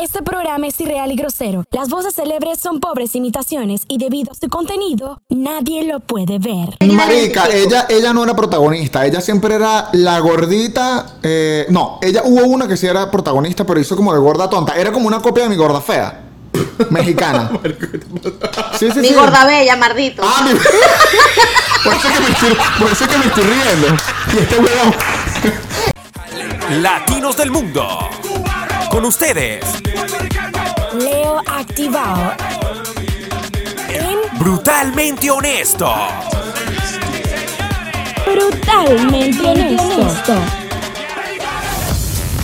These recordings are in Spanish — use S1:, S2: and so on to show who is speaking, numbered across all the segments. S1: Este programa es irreal y grosero. Las voces célebres son pobres imitaciones y debido a su contenido, nadie lo puede ver.
S2: Marica, ella, ella no era protagonista, ella siempre era la gordita. eh, no, ella hubo una que sí era protagonista, pero hizo como de gorda tonta. Era como una copia de mi gorda fea. Mexicana. Sí, sí,
S3: Mi
S2: sí.
S3: gorda bella, mardito.
S2: Ah, mi- por, eso que me estoy, por eso que me estoy riendo. Y este huevón.
S4: Latinos del Mundo. Con ustedes,
S1: Leo activado. En
S4: brutalmente honesto.
S1: brutalmente honesto.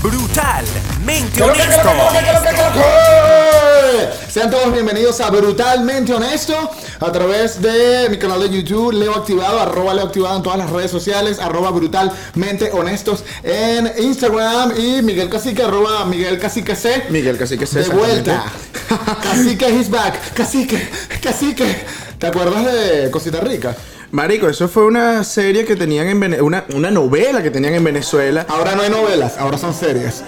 S4: Brutalmente honesto.
S2: Sean todos bienvenidos a Brutalmente Honesto a través de mi canal de YouTube, Leo Activado, arroba Leo Activado en todas las redes sociales, arroba Brutalmente Honestos en Instagram y Miguel Cacique, arroba Miguel Cacique C.
S5: Miguel Cacique C,
S2: De
S5: exactamente.
S2: vuelta. Cacique is back. Cacique, Cacique. ¿Te acuerdas de Cosita Rica?
S5: Marico, eso fue una serie que tenían en Venezuela, una, una novela que tenían en Venezuela.
S2: Ahora no hay novelas, ahora son series.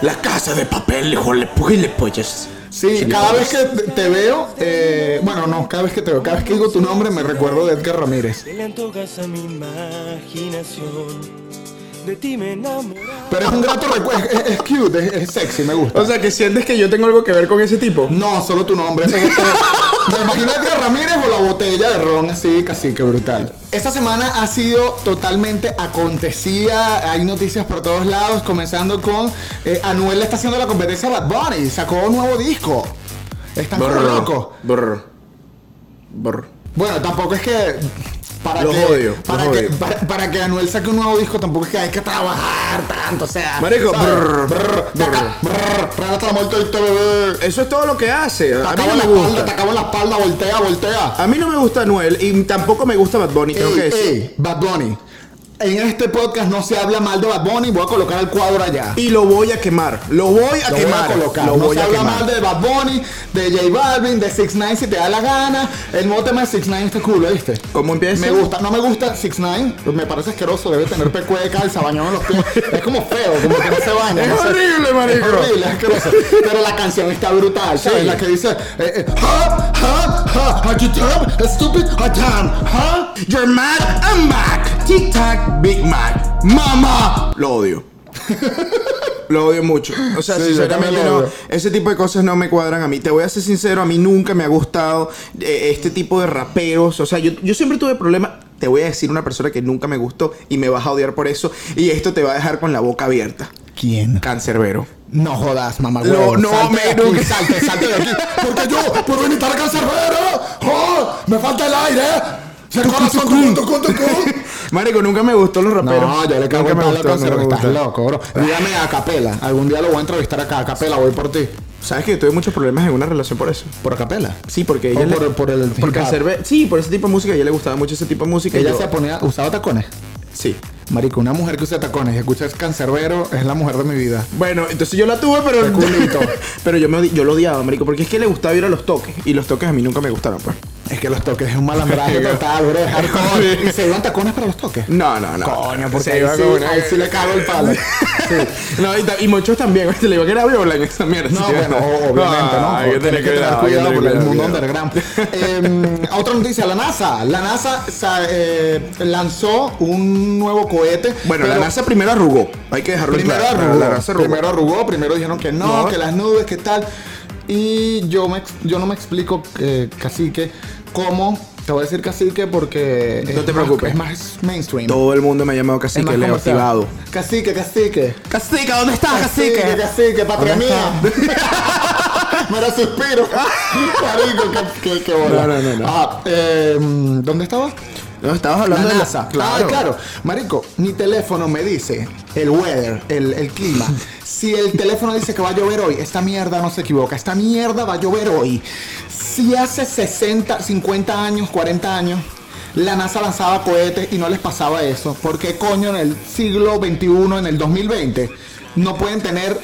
S5: La casa de papel, jole, pujile, pollas.
S2: Sí, cada vez que te- te veo, eh, bueno, no, cada vez que te veo, cada vez que digo tu nombre me recuerdo de Edgar Ramírez.
S6: Te le antojas a mi imaginación. De ti me enamoré.
S2: Pero es un grato recuerdo, es, es cute, es, es sexy, me gusta.
S5: O sea, que sientes que yo tengo algo que ver con ese tipo.
S2: no, solo tu nombre. este, Me imagino a Edgar Ramírez o la botella de ron así, casi que brutal. Esta semana ha sido totalmente acontecida, hay noticias por todos lados, comenzando con eh, Anuel le está haciendo la competencia a Bad Bunny, sacó un nuevo disco. Estás loco.
S5: Borro. Borro.
S2: Bueno, tampoco es que. Para
S5: Los
S2: que,
S5: odio,
S2: para,
S5: los
S2: que
S5: odio.
S2: Para, para que Anuel saque un nuevo disco, tampoco es que hay que trabajar tanto. O sea.
S5: Marico,
S2: ¿sabes?
S5: brr,
S2: Brr,
S5: brr.
S2: taca, brr, trata la muerte, oíste, bebé.
S5: Eso es todo lo que hace.
S2: Te
S5: A mí
S2: acabo
S5: no
S2: en la
S5: me
S2: espalda, te
S5: gusta.
S2: acabo en la espalda, voltea, voltea.
S5: A mí no me gusta Noel y tampoco me gusta Bad Bunny, tengo
S2: Ey,
S5: que decir.
S2: ey, Bad Bunny. En este podcast no se habla mal de Bad Bunny, voy a colocar el cuadro allá.
S5: Y lo voy a quemar. Lo voy a
S2: Lo voy a
S5: quemar.
S2: colocar.
S5: Lo
S2: no
S5: voy
S2: se
S5: a
S2: habla
S5: quemar.
S2: mal de Bad Bunny, de J Balvin, de 6 9 si te da la gana. El nuevo tema de 6 9 está cool, este ¿viste?
S5: ¿Cómo empieza?
S2: Me gusta, no me gusta 6 9 me parece asqueroso, debe tener pecue de calza, bañado en los pies. Es como feo, como que no se baña.
S5: Es
S2: no sé.
S5: horrible, marico.
S2: Es horrible, es asqueroso. Pero la canción está brutal, ¿sabes?
S5: Sí.
S2: La que dice, eh, eh, ha, ha, ha, ha, you dumb, stupid, ha, damn, ha.
S5: 'em? You're mad, I'm back. Tic Tac, Big Mac. Mama. Lo odio. Lo odio mucho. O sea,
S2: Sí, yo
S5: sinceramente
S2: también lo
S5: no.
S2: odio.
S5: Ese tipo de cosas no me cuadran a mí. Te voy a ser sincero, a mí nunca me ha gustado eh, este tipo de raperos. O sea, yo, yo siempre tuve problemas. Te voy a decir una persona que nunca me gustó y me vas a odiar por eso. Y esto te va a dejar con la boca abierta.
S2: ¿Quién?
S5: Cancerbero.
S2: No jodas, mamá.
S5: Lo-
S2: huevón.
S5: no,
S2: Salte de aquí,
S5: me- no.
S2: salte, salte de aquí. Porque yo, por venir a cancerbero, ¡oh! me falta el aire. Se el corazón, tucum, tucum, tucum.
S5: Marico, nunca me gustó los raperos.
S2: No, yo le cago
S5: Nunca
S2: en
S5: me
S2: palo a
S5: gustó, nunca
S2: Canserbero,
S5: me
S2: estás
S5: gustó.
S2: loco, bro. Dígame a capela. Algún día lo voy a entrevistar acá, a capela, voy por ti.
S5: Sabes que yo tuve muchos problemas en una relación por eso.
S2: ¿Por capela?
S5: Sí,
S2: O
S5: porque ella le-
S2: por- por el hip hop.
S5: porque Canserbero- sí, por ese tipo de música, a ella le gustaba mucho ese tipo de música. y
S2: Ella
S5: yo-
S2: se ponía, usaba tacones.
S5: sí.
S2: Marico, una mujer que usa tacones y escucha es cancerbero, es la mujer de mi vida.
S5: Bueno, entonces yo la tuve, pero
S2: Qué culito.
S5: pero yo me odi- yo lo odiaba, marico, porque es que le gustaba ir a los toques y los toques a mí nunca me gustaron, pues.
S2: Es que los toques es un malandraje total, bro. es hardcore. ¿Y se iban tacones para los toques?
S5: No, no, no.
S2: Coño, porque
S5: Se
S2: ahí
S5: iba
S2: sí,
S5: con una-
S2: ahí sí le cago el palo.
S5: No, y, ta- y muchos también, ¿viste? le digo que era viola en esa mierda.
S2: No,
S5: sí,
S2: bueno,
S5: ¿verdad?
S2: o- obviamente, ¿no?
S5: Ah, Hay que
S2: Tienes
S5: tener
S2: que tener
S5: cuidado, hay que
S2: cuidado porque
S5: tener
S2: el
S5: cuidado,
S2: mundo
S5: cuidado.
S2: underground. Eh, otra noticia, la NASA. La NASA sa- eh, lanzó un nuevo cohete.
S5: Bueno, la
S2: pero
S5: NASA primero arrugó. Hay que dejarlo en
S2: primero
S5: claro.
S2: arrugó.
S5: Pues La NASA arrugó.
S2: Primero arrugó, primero dijeron que no,
S5: No.
S2: que las nubes, que tal. Y yo, me, ex- yo no me explico, eh, cacique, cómo. Te voy a decir cacique porque.
S5: No
S2: es
S5: te
S2: más-
S5: preocupes.
S2: Es más mainstream.
S5: Todo el mundo me ha llamado
S2: Es más
S5: cacique, Leo
S2: comercial.
S5: activado.
S2: Cacique, cacique.
S5: Ah, Cacique, ¿dónde estás,
S2: Cacique, cacique, patria
S5: ¿Dónde
S2: mía. Mira, suspiro. Marico, qué, qué, qué bola.
S5: No, no, no, no.
S2: Ah, eh, ¿Dónde estabas?
S5: No, estabas hablando de la
S2: Claro. Ah, claro. Marico, mi teléfono me dice el weather, el, el clima. si el teléfono dice que va a llover hoy, esta mierda no se equivoca. Esta mierda va a llover hoy. Si hace 60, 50 años, 40 años, la NASA lanzaba cohetes y no les pasaba eso. ¿Por qué coño en el siglo XXI, en el 2020, no pueden tener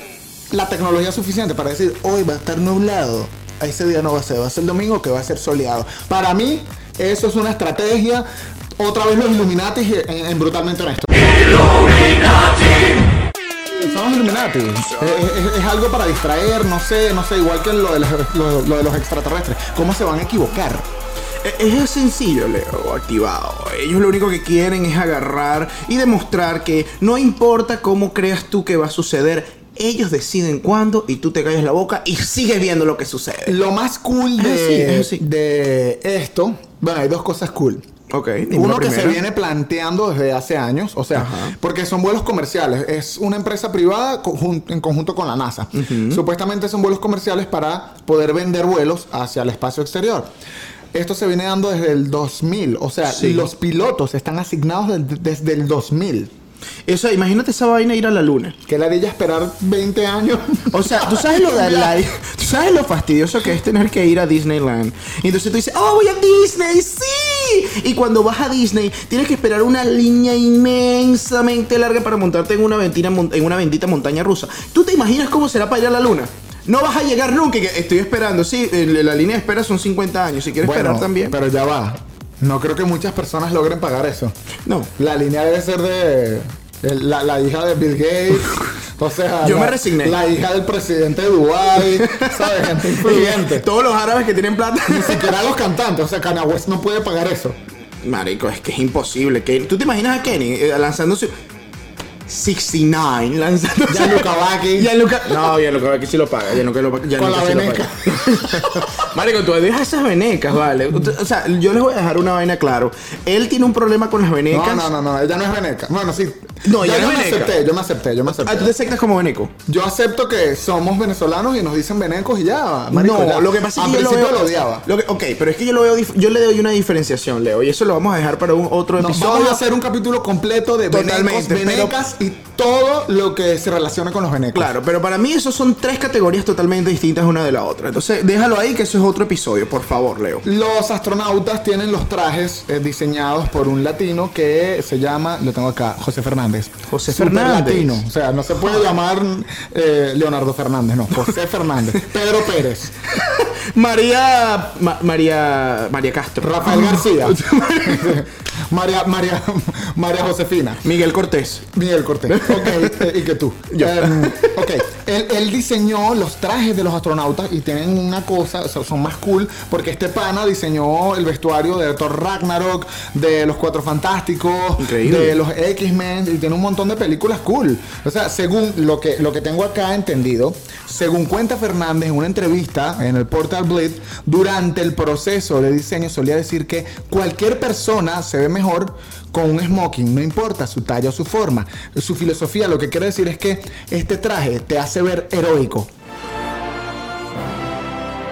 S2: la tecnología suficiente para decir hoy va a estar nublado? Ese día no va a ser, va a ser domingo que va a ser soleado. Para mí, eso es una estrategia. Otra vez los Illuminati en, en Brutalmente Honesto. son los Illuminati. Es, es- es algo para distraer, no sé, no sé, igual que lo de los, lo- lo de los extraterrestres. ¿Cómo se van a equivocar?
S5: E-, Es es sencillo, Leo, activado. Ellos lo único que quieren es agarrar y demostrar que no importa cómo creas tú que va a suceder, ellos deciden cuándo y tú te callas la boca y sigues viendo lo que sucede.
S2: Lo más cool
S5: Es así,
S2: de,
S5: es así.
S2: de esto, bueno, hay dos cosas cool.
S5: Ok, dime la
S2: Uno que se
S5: primera.
S2: viene planteando desde hace años, o sea, porque son vuelos comerciales. Es una empresa privada conjun- en conjunto con la NASA. Supuestamente son vuelos comerciales para poder vender vuelos hacia el espacio exterior. Esto se viene dando desde el 2000, o sea,
S5: Sí.
S2: los pilotos están asignados del- desde el 2000.
S5: Eso, imagínate esa vaina ir a la luna.
S2: Que la de ella esperar 20 años.
S5: O sea, tú sabes lo de la,
S2: Cambiar.
S5: tú sabes lo fastidioso que es tener que ir a Disneyland. Y entonces tú dices, oh, voy a Disney, sí. Y cuando vas a Disney, tienes que esperar una línea inmensamente larga para montarte en una, ventina mon- en una bendita montaña rusa. ¿Tú te imaginas cómo será para ir a la luna? No vas a llegar nunca. y que Estoy esperando, sí. eh, La línea de espera son 50 años. Si quieres esperar también.
S2: Pero ya va. No creo que muchas personas logren pagar eso.
S5: No.
S2: La línea debe ser de. el- La, la hija de Bill Gates. O sea,
S5: Yo
S2: la-
S5: me resigné.
S2: La hija del presidente de Dubái. ¿Sabes? Gente influyente.
S5: Todos los árabes que tienen plata.
S2: Ni siquiera los cantantes. O sea, Kanye West no puede pagar eso.
S5: Marico, es que es imposible. Ken- ¿Tú te imaginas a Kenny eh, lanzándose 69 lanzándose?
S2: Gianluca Vacchi.
S5: Gianluca- No, Gianluca Vacchi sí lo paga. Gianluca lo paga. Gianluca
S2: la
S5: sí lo
S2: veneca.
S5: paga. Marico, tú dejas esas venecas, vale. O sea, yo les voy a dejar una vaina claro. Él tiene un problema con las
S2: No,
S5: venecas.
S2: no, no, no. Ella no es veneca. Bueno, sí.
S5: No,
S2: Ya
S5: ella
S2: yo
S5: no es
S2: me
S5: veneca.
S2: acepté, yo me acepté, yo me acepté.
S5: Ah, tú te sectas como veneco.
S2: Yo acepto que somos venezolanos y nos dicen venecos y ya. marico,
S5: no,
S2: ya.
S5: lo que pasa es que
S2: Al
S5: yo lo,
S2: principio
S5: veo,
S2: lo odiaba.
S5: lo que- ok, pero es que yo lo veo, dif- yo le doy una diferenciación, Leo, y eso lo vamos a dejar para un otro
S2: Nos
S5: episodio.
S2: vamos a hacer un capítulo completo de venecos,
S5: Totalmente, pero-
S2: venecas y todo lo que se relaciona con los venecos.
S5: Claro, pero para mí esos son tres categorías totalmente distintas una de la otra. Entonces, déjalo ahí que eso es otro episodio, por favor, Leo.
S2: Los astronautas tienen los trajes eh, diseñados por un latino que se llama, lo tengo acá, José Fernández.
S5: José
S2: Súper
S5: Fernández.
S2: latino. O sea, no se puede llamar eh, Leonardo Fernández, no, José Fernández. Pedro Pérez.
S5: María Ma- María María Castro.
S2: Rafael García. María, María, María Josefina.
S5: Miguel Cortés.
S2: Miguel Cortés. Ok, eh, y que tú. Em, ok, él, él diseñó los trajes de los astronautas y tienen una cosa, o sea, son más cool, porque este pana diseñó el vestuario de Thor Ragnarok, de los Cuatro Fantásticos,
S5: Increíble.
S2: de los X-Men, y tiene un montón de películas cool. O sea, según lo que, lo que tengo acá entendido, según cuenta Fernández en una entrevista en el Portal Blitz, durante el proceso de diseño solía decir que cualquier persona se ve mejor con un smoking, no importa su talla o su forma. Su filosofía lo que quiere decir es que este traje te hace ver heroico.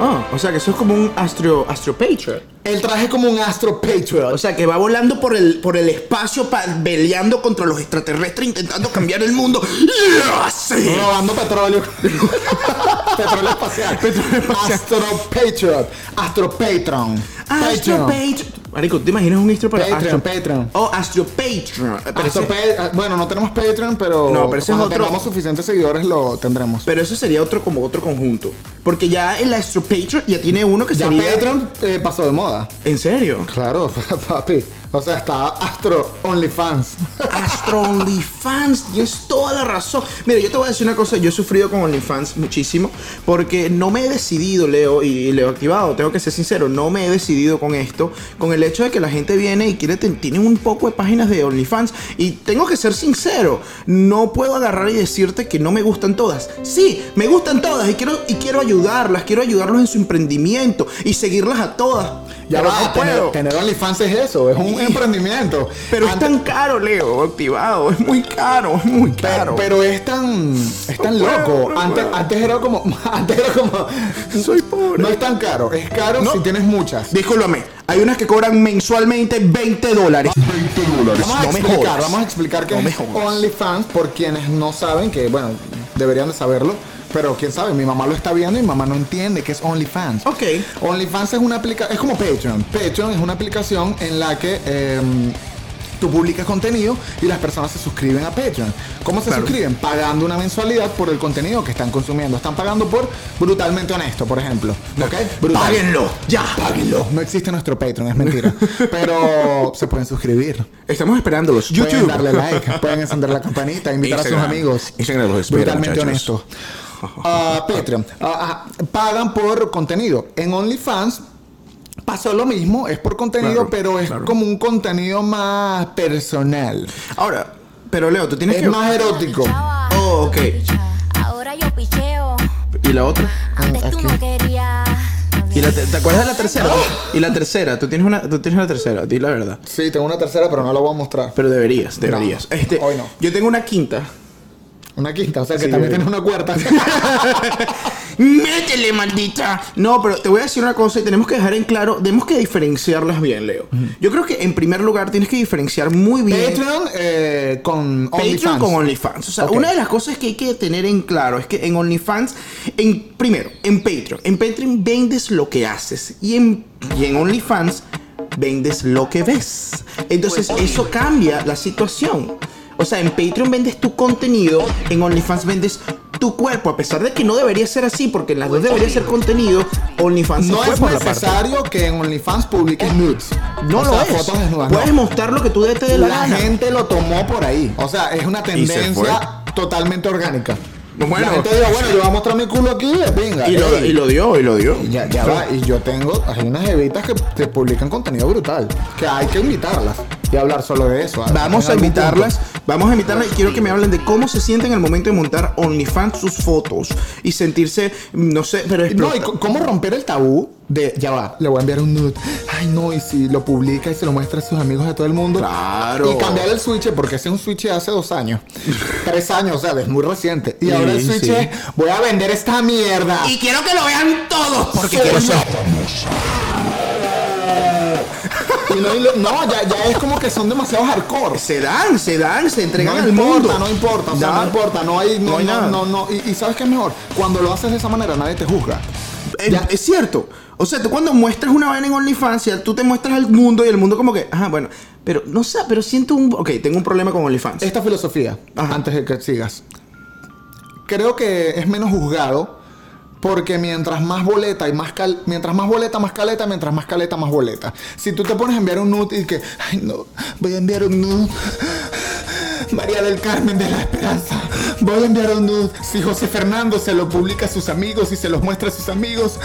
S5: Ah, o sea que eso es como un astro astro patriot.
S2: El traje es como un astro patriot.
S5: O sea que va volando por el por el espacio pa- peleando contra los extraterrestres intentando cambiar el mundo. ¡Ya, sí!
S2: Robando petróleo. petróleo espacial.
S5: Petróleo espacial.
S2: Astro Patriot. Astro Patron.
S5: Astro
S2: Patreon.
S5: Patriot. Marico, ¿te imaginas un astro para
S2: Patreon,
S5: Astro
S2: Patreon.
S5: Oh, Astro Patreon. Pero
S2: Astro
S5: ese-
S2: Pa- bueno, no tenemos Patreon, Ah, pero,
S5: No, pero ese es
S2: cuando
S5: otro.
S2: tengamos suficientes seguidores lo tendremos.
S5: Pero eso sería otro como otro conjunto. Porque ya el Astro Patreon ya tiene uno que
S2: ya
S5: sería.
S2: Patreon eh, pasó de moda.
S5: ¿En serio?
S2: Claro, papi. O sea, está Astro OnlyFans.
S5: Astro OnlyFans, tienes toda la razón. Mira, yo te voy a decir una cosa, yo he sufrido con OnlyFans muchísimo porque no me he decidido, Leo, y, y Leo activado, tengo que ser sincero, no me he decidido con esto, con el hecho de que la gente viene y quiere ten- tiene un poco de páginas de OnlyFans y tengo que ser sincero, no puedo agarrar y decirte que no me gustan todas. Sí, me gustan todas y quiero y quiero ayudarlas, quiero ayudarlos en su emprendimiento y seguirlas a todas.
S2: Ya
S5: pero
S2: va, pues.
S5: no puedo.
S2: tener, tener OnlyFans es eso, es un emprendimiento.
S5: Pero es
S2: Antes-
S5: tan caro, Leo, activado. Es muy caro, es muy
S2: Pero,
S5: caro.
S2: pero es tan, es tan
S5: No puedo,
S2: loco.
S5: no
S2: antes,
S5: puedo.
S2: antes era como, antes era como,
S5: Soy pobre.
S2: No es tan caro, es caro
S5: No.
S2: si tienes muchas.
S5: Discúlpame, hay unas que cobran mensualmente 20 dólares. 20 dólares.
S2: Vamos a
S5: no me
S2: explicar,
S5: jodas.
S2: vamos a explicar que
S5: No me
S2: es
S5: jodas.
S2: OnlyFans por quienes no saben, que bueno, deberían de saberlo. Pero quién sabe, mi mamá lo está viendo y mi mamá no entiende que es OnlyFans.
S5: Ok.
S2: OnlyFans es una aplicación, es como Patreon. Patreon es una aplicación en la que eh, Tú publicas contenido y las personas se suscriben a Patreon. ¿Cómo se
S5: Claro.
S2: suscriben? Pagando una mensualidad por el contenido que están consumiendo. Están pagando por Brutalmente Honesto, por ejemplo. ¿Ok? Brutal.
S5: Páguenlo, ya.
S2: Páguenlo. No existe nuestro Patreon, es mentira. Pero se pueden suscribir.
S5: Estamos esperándolos.
S2: Pueden
S5: YouTube.
S2: darle like, pueden encender la campanita, invitar a sus
S3: Instagram.
S2: amigos.
S3: Instagram los espera,
S2: Brutalmente
S3: muchachos.
S2: honesto. Ah, Patreon. Ah, ah, pagan por contenido. En OnlyFans pasó lo mismo, es por contenido,
S5: Claro,
S2: pero es
S5: claro.
S2: como un contenido más personal.
S5: Ahora, pero Leo, tú tienes
S2: Es
S5: que.
S2: más erótico.
S5: Oh, ok.
S7: Ahora yo picheo.
S3: ¿Y la otra?
S7: Antes tú no querías.
S5: ¿Y la te, te acuerdas de la tercera? Y la tercera, tú tienes una, tú tienes una tercera, di la verdad.
S2: Sí, tengo una tercera, pero no la voy a mostrar.
S5: Pero deberías, deberías. Este,
S2: hoy no.
S5: Yo tengo una quinta.
S2: Una quinta, o sea que
S5: Sí,
S2: también
S5: eh.
S2: tienes una cuarta.
S5: ¡Métele, maldita! No, pero te voy a decir una cosa y tenemos que dejar en claro, tenemos que diferenciarlas bien, Leo. Yo creo que en primer lugar tienes que diferenciar muy bien
S2: Patreon eh, con
S5: Patreon
S2: OnlyFans.
S5: con OnlyFans. O sea,
S2: Ok.
S5: una de las cosas que hay que tener en claro es que en OnlyFans, en, primero, en Patreon, en Patreon vendes lo que haces y en, y en OnlyFans vendes lo que ves. Entonces eso cambia la situación. O sea, en Patreon vendes tu contenido, en OnlyFans vendes tu cuerpo, a pesar de que no debería ser así, porque en las dos debería ser contenido, OnlyFans se
S2: No
S5: fue
S2: es
S5: por la parte.
S2: necesario que en OnlyFans publiques nudes.
S5: No
S2: O
S5: lo
S2: sea,
S5: es.
S2: Fotos desnudas.
S5: Puedes
S2: no.
S5: mostrar lo que tú te dé la,
S2: la
S5: gana.
S2: gente lo tomó por ahí. O sea, es una
S3: Y se fue.
S2: tendencia totalmente orgánica.
S5: Bueno.
S2: la gente dijo, bueno, yo voy a mostrar mi culo aquí y venga.
S5: Y lo,
S2: ey.
S5: y lo dio, y lo dio.
S2: Y ya, ya va, y yo tengo, hay unas evitas que te publican contenido brutal, que hay que invitarlas y hablar solo de eso.
S5: Vamos
S2: en
S5: a
S2: algún
S5: invitarlas,
S2: punto.
S5: vamos a invitarlas y quiero que me hablen de cómo se sienten al momento de montar OnlyFans sus fotos y sentirse, no sé, pero
S2: No,
S5: explota-
S2: y co- cómo romper el tabú de, ya va, le voy a enviar un nude. Ay, no, y si lo publica y se lo muestra a sus amigos de todo el mundo.
S5: Claro.
S2: Y cambiar el switch, porque ese es un switch de hace dos años. Tres años, o sea, es muy reciente. Y ahora el
S5: Sí,
S2: switch
S5: sí.
S2: es, voy a vender esta mierda.
S5: Y quiero que lo vean todos porque quiero ser.
S2: Y no, y lo- no, ya, ya es como que son demasiado hardcore.
S5: Se dan, se dan, se
S2: No
S5: entregan al
S2: importa,
S5: mundo.
S2: no importa, o sea,
S5: Da-
S2: no importa, no hay, no,
S5: No hay
S2: no-
S5: nada.
S2: no, no. Y, y sabes qué es mejor, cuando lo haces de esa manera nadie te juzga.
S5: Eh,
S2: Ya.
S5: Es cierto. O sea, tú cuando muestras una vaina en OnlyFans, ya tú te muestras al mundo y el mundo como que, ajá, bueno, pero no sé, pero siento un, ok, tengo un problema con OnlyFans.
S2: Esta filosofía,
S5: Ajá.
S2: antes de que sigas, creo que es menos juzgado porque mientras más boleta y más cal- mientras más boleta más caleta, mientras más caleta más boleta. Si tú te pones a enviar un nude y que, ay no, voy a enviar un nude. María del Carmen de la Esperanza, voy a enviar un nude. Si José Fernando se lo publica a sus amigos y se los muestra a sus amigos,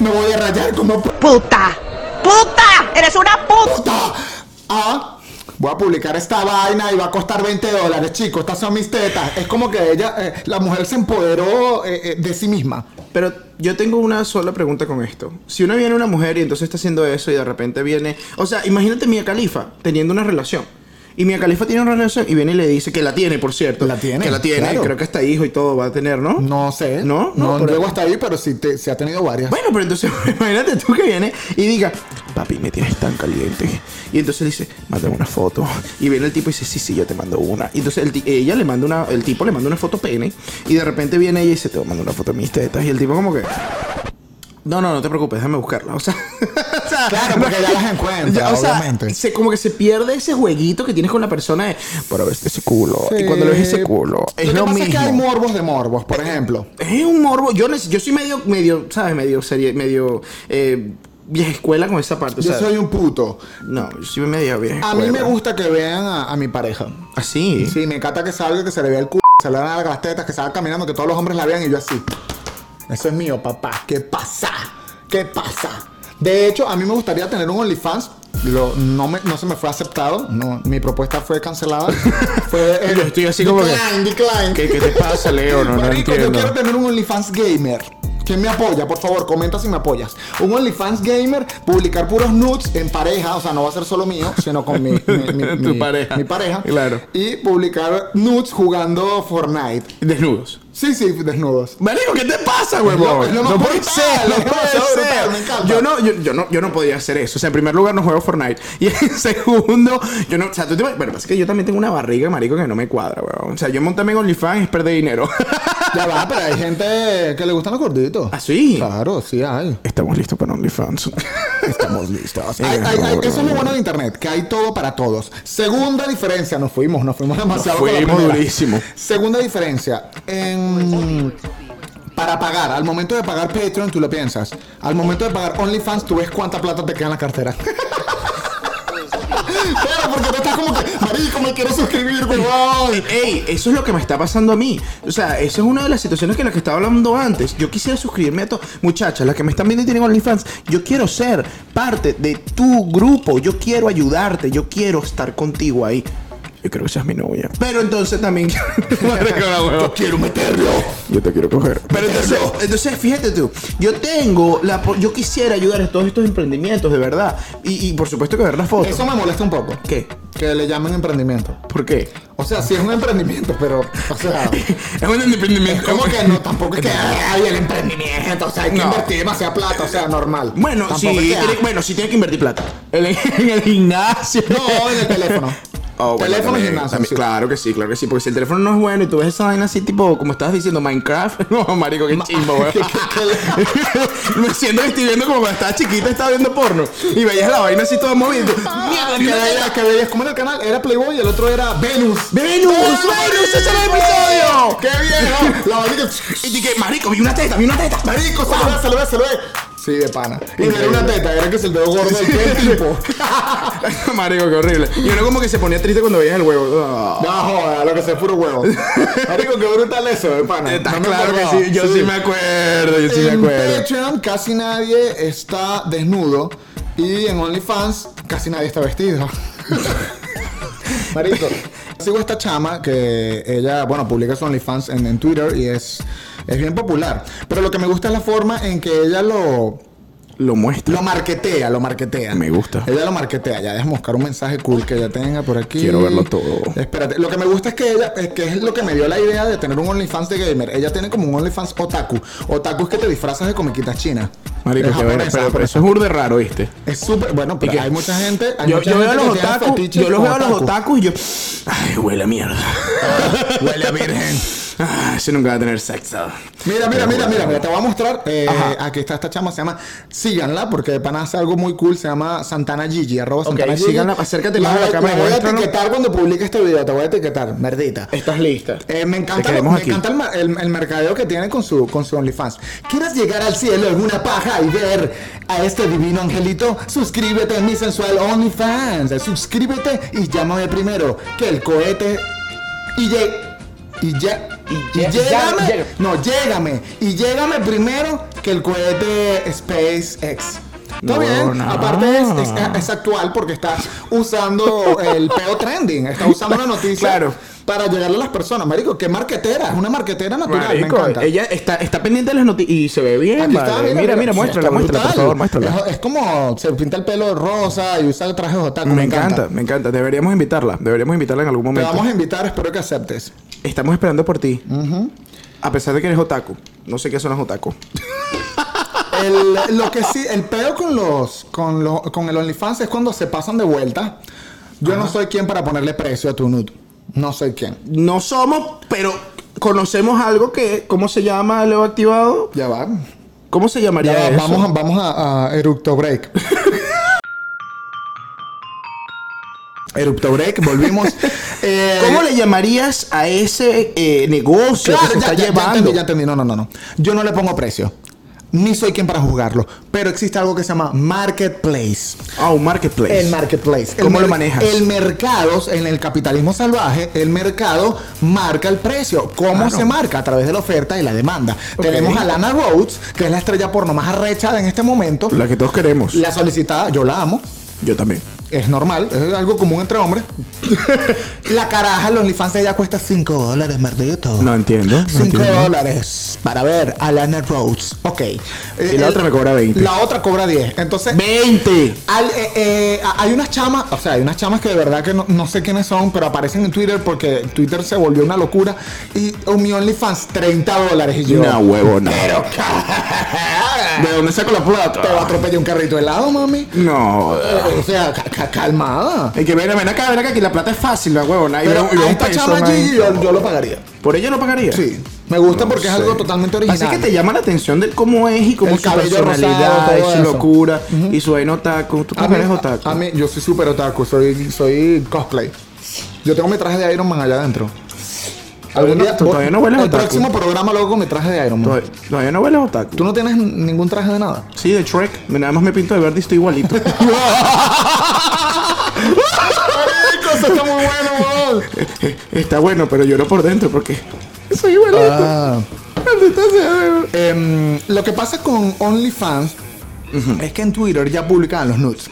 S2: me voy a rayar como
S8: puta. ¡Puta! ¡Eres una puta!
S2: puta. Ah, voy a publicar esta vaina y va a costar 20 dólares, chicos. Estas son mis tetas. Es como que ella, eh, la mujer se empoderó eh, eh, de sí misma.
S5: Pero yo tengo una sola pregunta con esto. Si una viene una mujer y entonces está haciendo eso y de repente viene. O sea, imagínate Mia Califa teniendo una relación. Y Mia Califa tiene una relación y viene y le dice que la tiene, por cierto.
S2: La tiene,
S5: Que la tiene.
S2: claro.
S5: Creo que hasta hijo y todo va a tener, ¿no?
S2: No sé.
S5: No,
S2: no,
S5: no, pero-
S2: llego hasta ahí, pero sí te- se ha tenido varias.
S5: Bueno, pero entonces imagínate tú que viene y diga, papi, me tienes tan caliente. Y entonces le dice, mándame una foto. Y viene el tipo y dice, sí, sí, yo te mando una. Y entonces el ti- ella le manda una, el tipo le manda una foto pene. Y de repente viene ella y dice, te voy a mandar una foto de mis tetas. Y el tipo como que... No, no, no te preocupes, déjame buscarla. O sea, o sea,
S2: Claro, porque ya las encuentra, obviamente.
S5: se- como que se pierde ese jueguito que tienes con la persona de, para ver ese culo. Y cuando le ves ese culo, es
S2: lo
S5: lo,
S2: que pasa
S5: mismo.
S2: es que hay morbos de morbos, por ejemplo.
S5: Es un morbo. Yo, neces- yo soy medio, medio, ¿sabes? Medio serie, medio eh, vieja escuela con esa parte. o
S2: Yo
S5: sea,
S2: soy un puto.
S5: No, yo soy medio vieja escuela.
S2: A
S5: ¿Ah,
S2: mí me gusta que vean a, a mi pareja.
S5: Así.
S2: ¿Ah, Sí, me encanta que salga, que se le vea el culo, que se le vean las tetas, que salga caminando, que todos los hombres la vean y yo así. Eso es mío, papá. ¿Qué pasa? ¿Qué pasa? De hecho, a mí me gustaría tener un OnlyFans. Lo- no, me- no se me fue aceptado. No, mi propuesta fue cancelada. fue, eh,
S5: Yo estoy así como que-
S2: Decline, decline.
S5: ¿Qué- qué te pasa, Leo? No, no
S2: Marico, Yo
S5: entiendo.
S2: quiero tener un OnlyFans gamer. ¿Quién me apoya? Por favor, comenta si me apoyas. Un OnlyFans gamer, publicar puros nudes en pareja. O sea, no va a ser solo mío, sino con mi, mi- mi-
S5: Tu
S2: mi-
S5: pareja.
S2: Mi pareja.
S5: Claro.
S2: Y publicar nudes jugando Fortnite.
S5: Desnudos.
S2: Sí, sí, desnudos.
S5: Marico, ¿qué te pasa,
S2: Es
S5: huevón?
S2: lo- es lo
S5: No
S2: más
S5: puede
S2: brutal,
S5: ser, no
S2: es
S5: puede
S2: demasiado brutal, me
S5: ser.
S2: encanta.
S5: Yo no, yo, yo no, yo no podía hacer eso. O sea, en primer lugar no juego Fortnite. Y en segundo, yo no. O sea, tú te Bueno, pasa que yo también tengo una barriga, marico, que no me cuadra, huevón. O sea, yo montarme en OnlyFans es perder dinero.
S2: Ya va, pero hay gente que le gustan los gorditos.
S5: ¿Ah, sí?
S2: Claro, sí hay.
S5: Estamos listos para OnlyFans.
S3: Estamos
S5: Eh,
S3: listos.
S2: Hay- hay- hay- eso es lo bueno de internet, que hay todo para todos. Segunda diferencia, nos fuimos, nos fuimos demasiado. con la
S5: fuimos
S2: primera.
S5: durísimo.
S2: Segunda diferencia, en- para pagar, al momento de pagar Patreon tú lo piensas. Al momento de pagar OnlyFans tú ves cuánta plata te queda en la cartera. Pero porque tú estás como que, marico, me quiero suscribir, weón.
S5: Ey, eso es lo que me está pasando a mí. O sea, eso es una de las situaciones que las que estaba hablando antes. Yo quisiera suscribirme a todo. Muchachas, las que me están viendo y tienen OnlyFans, yo quiero ser parte de tu grupo. Yo quiero ayudarte. Yo quiero estar contigo ahí. Yo creo que seas mi novia. Pero entonces también. yo quiero meterlo.
S3: Yo te quiero coger.
S5: Pero entonces, entonces, fíjate tú, yo tengo la po- yo quisiera ayudar a todos estos emprendimientos, de verdad. Y, y por supuesto que ver las fotos.
S2: Eso me molesta un poco.
S5: ¿Qué?
S2: Que le llamen emprendimiento.
S5: ¿Por qué?
S2: O sea, sí es un emprendimiento, pero, o sea...
S5: Es un emprendimiento.
S2: Como que no, tampoco es que hay el emprendimiento, o sea, hay que
S5: No.
S2: invertir demasiada plata, o sea, normal.
S5: Bueno,
S2: Tampoco
S5: sí,
S2: es que
S5: tiene-
S2: hay-
S5: bueno, sí tiene que invertir plata. En el, en el gimnasio.
S2: ah, No, en el teléfono.
S5: Oh, bueno,
S2: teléfono y
S5: también,
S2: gimnasio.
S5: también,
S2: sí.
S5: Claro que sí, claro que sí. Porque si el teléfono no es bueno y tú ves esa vaina así, tipo, como estabas diciendo, Minecraft. No, marico, qué chimbo, weón.
S2: ¿Qué- qué-
S5: Me siento que estoy viendo como cuando estaba chiquita, estaba viendo porno. Y veías la vaina así toda movida. y tú, ¡Mierda,
S2: Que
S5: qué vaina!
S2: veías, que veías, ¿cómo era el canal? Era Playboy y el otro era Venus.
S5: ¡Venus! ¡Venus! ¡Ese era el episodio!
S2: ¡Qué bien! La varita.
S5: Y dije, marico, vi una teta, vi una teta.
S2: Marico, se lo ve, se lo ve, se lo ve. Sí, de pana. Y no era
S5: Increíble.
S2: una teta, era que se el dedo gordo. ¿Qué tipo?
S5: marico, qué horrible. Y uno como que se ponía triste cuando veías el huevo. Ah.
S2: No, joda, lo que sea, puro huevo. Marico, qué brutal eso, de pana.
S5: Está
S2: No me
S5: claro que
S2: acordaba.
S5: sí, yo sí. me acuerdo, yo sí me
S2: en
S5: acuerdo.
S2: Patreon casi nadie está desnudo y en OnlyFans casi nadie está vestido. Marico, sigo a esta chama que ella, bueno, publica su OnlyFans en, en Twitter y es, es bien popular. Pero lo que me gusta es la forma en que ella lo,
S5: Lo muestra.
S2: lo marketea, lo marketea.
S5: Me gusta.
S2: Ella lo marketea. Ya déjame buscar un mensaje cool que ella tenga por aquí.
S5: Quiero verlo todo.
S2: Espérate. Lo que me gusta es que ella, es que es lo que me dio la idea de tener un OnlyFans de gamer. Ella tiene como un OnlyFans otaku. Otaku es que te disfrazas de comiquitas chinas.
S5: Marico,
S2: Es
S5: qué bueno,
S2: japonesa,
S5: pero, pero
S2: japonesa.
S5: eso es burde raro, ¿viste?
S2: Es súper. Bueno, pero
S5: ¿Y qué?
S2: hay mucha gente. hay
S5: Yo,
S2: mucha
S5: yo veo a
S2: gente
S5: los
S2: que tiene
S5: otakus,
S2: fetiches
S5: yo los
S2: con
S5: veo a los
S2: otaku.
S5: otakus y yo, ay, huele a mierda. huele a virgen. Ah, ese nunca va a tener sexo.
S2: Mira, mira, mira, mira, mira, te voy a mostrar. eh, aquí está esta chama, se llama. Síganla, porque de pana hace algo muy cool, se llama Santana Gigi, arroba Santana Gigi.
S5: síganla, acércate
S2: la,
S5: más a la
S2: voy-
S5: cámara y
S2: la voy a
S5: muéstralo.
S2: etiquetar cuando publique este video, te voy a etiquetar, merdita.
S5: ¿Estás lista?
S2: Eh, me
S5: Te
S2: encanta,
S5: queremos
S2: me
S5: aquí.
S2: encanta el, ma- el- el mercadeo que tiene con su, con su OnlyFans. ¿Quieres llegar al cielo en una paja y ver a este divino angelito? Suscríbete a mi sensual OnlyFans. Suscríbete y llámame primero. Que el cohete. Y lle- Y, ya, y,
S5: lle-
S2: llégame-
S5: llega-
S2: No, llégame. Y llégame primero que el cohete SpaceX. Está
S5: No,
S2: bien.
S5: no.
S2: Aparte es, es-
S5: Ah.
S2: es actual porque está usando el peo trending. Está usando la noticia
S5: Claro.
S2: para llegarle a las personas. Marico, qué marquetera. Es una marquetera natural. me
S5: Marico,
S2: encanta.
S5: ella está, está pendiente de las noticias y se ve bien,
S2: Aquí está,
S5: vale. mira, mira,
S2: Sí,
S5: muéstrala,
S2: está
S5: muéstrala, por
S2: brutal.
S5: favor, muéstrala.
S2: Es, es como se pinta el pelo rosa y usa el traje de otaku.
S5: Me, encanta, me encanta. Deberíamos invitarla, deberíamos invitarla en algún
S2: Te
S5: momento.
S2: vamos a invitar, espero que aceptes.
S5: Estamos esperando por ti. A pesar de que eres otaku. No sé qué son las otaku.
S2: El- lo que sí, el peo con los, con los, con el OnlyFans es cuando se pasan de vuelta. Yo no soy quien para ponerle precio a tu nude. No soy quien.
S5: No somos, pero conocemos algo que. ¿Cómo se llama Leo Activado?
S2: Ya va.
S5: ¿Cómo se llamaría
S2: Ya va.
S5: eso?
S2: Vamos, a, vamos a, a Eructo Break. Erupto Break, volvimos. Eh,
S5: ¿Cómo le llamarías a ese eh, negocio
S2: Claro, ya,
S5: que se está
S2: ya- ya
S5: llevando?
S2: entendí, ya entendí. No, no, no, no. Yo no le pongo precio. Ni soy quien para juzgarlo. Pero existe algo que se llama marketplace.
S5: Ah, un marketplace.
S2: El marketplace. El
S5: ¿Cómo lo
S2: mer-
S5: manejas?
S2: El mercado, en el capitalismo salvaje, el mercado marca el precio. ¿Cómo
S5: Claro.
S2: se marca? A través de la oferta y la demanda.
S5: Ok.
S2: Tenemos a Lana Rhodes, que es la estrella porno más arrechada en este momento.
S5: La que todos queremos.
S2: La solicitada, yo la amo.
S5: Yo también.
S2: Es normal, es algo común entre hombres. la caraja, los OnlyFans de ella cuesta 5 dólares, merdito.
S5: No entiendo, no
S2: 5
S5: entiendo.
S2: dólares para ver a Lana Rhodes. Ok. Eh,
S5: Y la otra me cobra 20.
S2: La otra cobra 10. Entonces,
S5: ¡20!
S2: al- eh, eh, a- hay unas chamas, o sea, hay unas chamas que de verdad que no, no sé quiénes son, pero aparecen en Twitter porque Twitter se volvió una locura. Y oh, mi OnlyFans, 30 dólares. Y yo,
S5: Una huevona.
S2: ¿de dónde saco la plata? Te va a atropellar un carrito de helado, mami.
S5: Ah. No.
S2: Eh, O sea, ca- ca- calmada.
S5: Es que ven, ven acá, ven acá, que la plata es fácil, la huevona. Y
S2: Pero
S5: ve- y ve
S2: a
S5: un
S2: esta
S5: peso,
S2: chama
S5: man.
S2: allí yo, yo lo pagaría.
S5: ¿Por ella no pagaría?
S2: Sí. Me gusta
S3: No
S2: porque es
S3: sé.
S2: algo totalmente original.
S5: Así que te llama la atención del cómo es y cómo
S2: El
S5: su
S2: cabello
S5: personalidad,
S2: rosado, todo
S5: y su
S2: eso.
S5: locura y su vaina otaku. ¿Tú
S2: A
S5: cómo
S2: mí,
S5: eres otaku?
S2: a mí- yo soy súper otaku, soy, soy cosplay. Yo tengo mi traje de Iron Man allá adentro. Algún día,
S5: Tú todavía no hueles
S2: el
S5: otaku.
S2: próximo programa lo hago con mi traje de Iron Man.
S5: Todavía todavía no hueles otaku.
S2: ¿Tú no tienes ningún traje de nada?
S5: Sí, de Shrek. Nada más me pinto de verde y estoy igualito.
S2: Eso está muy bueno, weón.
S5: Está bueno, pero lloro por dentro porque soy igualito. Maldita sea.
S2: Em, lo que pasa con OnlyFans es que en Twitter ya publicaban los nudes.